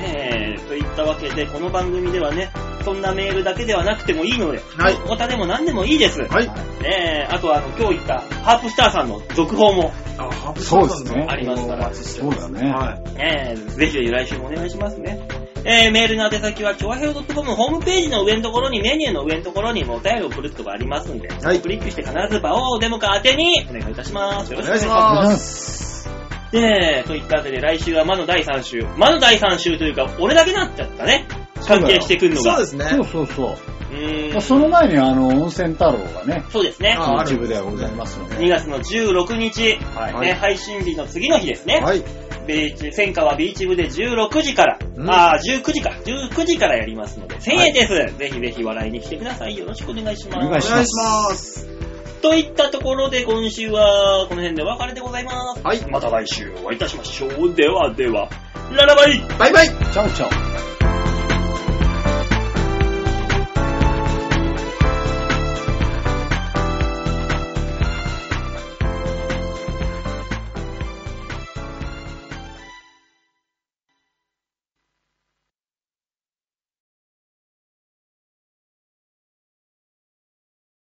B: えーといったわけで、この番組ではね、そんなメールだけではなくてもいいので、
C: はい
B: おたでも何でもいいです。
C: はい。
B: えーあとはあの、今日言った、ハープスターさんの続報も、
C: あ、ハーブ
D: そうですね
B: ありますから
D: そうだね。
C: はい。
B: えーぜひぜひ来週もお願いしますね。えーメールの宛先は、ちょわへお .com ホームページの上のところに、メニューの上のところにもお便りを送るとかありますんで、
C: はい
B: クリックして必ず場をデモか宛てにお願いいたします。よろ
C: お
B: しくお
C: 願
B: 願いします。
C: いしま。
D: ます
B: で、といったわけで来週は魔の第3週。魔の第3週というか、俺だけなっちゃったね。
D: そうだ
B: 関
D: よ
B: 係してくるの
C: そう
B: が。
C: ですね。
D: そうそうそう。
B: うー
D: まあ
B: ん。
D: その前に、あの、温泉太郎がね、
B: そうですね。
C: あある
D: 一部ではございますの
B: 2
D: で。
B: 月の16日、
D: はい
C: は
B: ね
C: い
B: 配信日の次の日ですね。
C: はい。
B: ビーチ、戦火はビーチ部で16時から、
C: うん
B: ああ、19時か、19時からやりますので、1000円です。ぜひぜひ笑いに来てください。よろしくお願いします。
D: お願い
C: お
D: し
C: 願いします。
B: といったところで今週はこの辺でお別れでございます。
C: はい
B: また来週お会いいたしましょう。ではでは、ララバイ
C: バイバイ
D: チャオチャオ。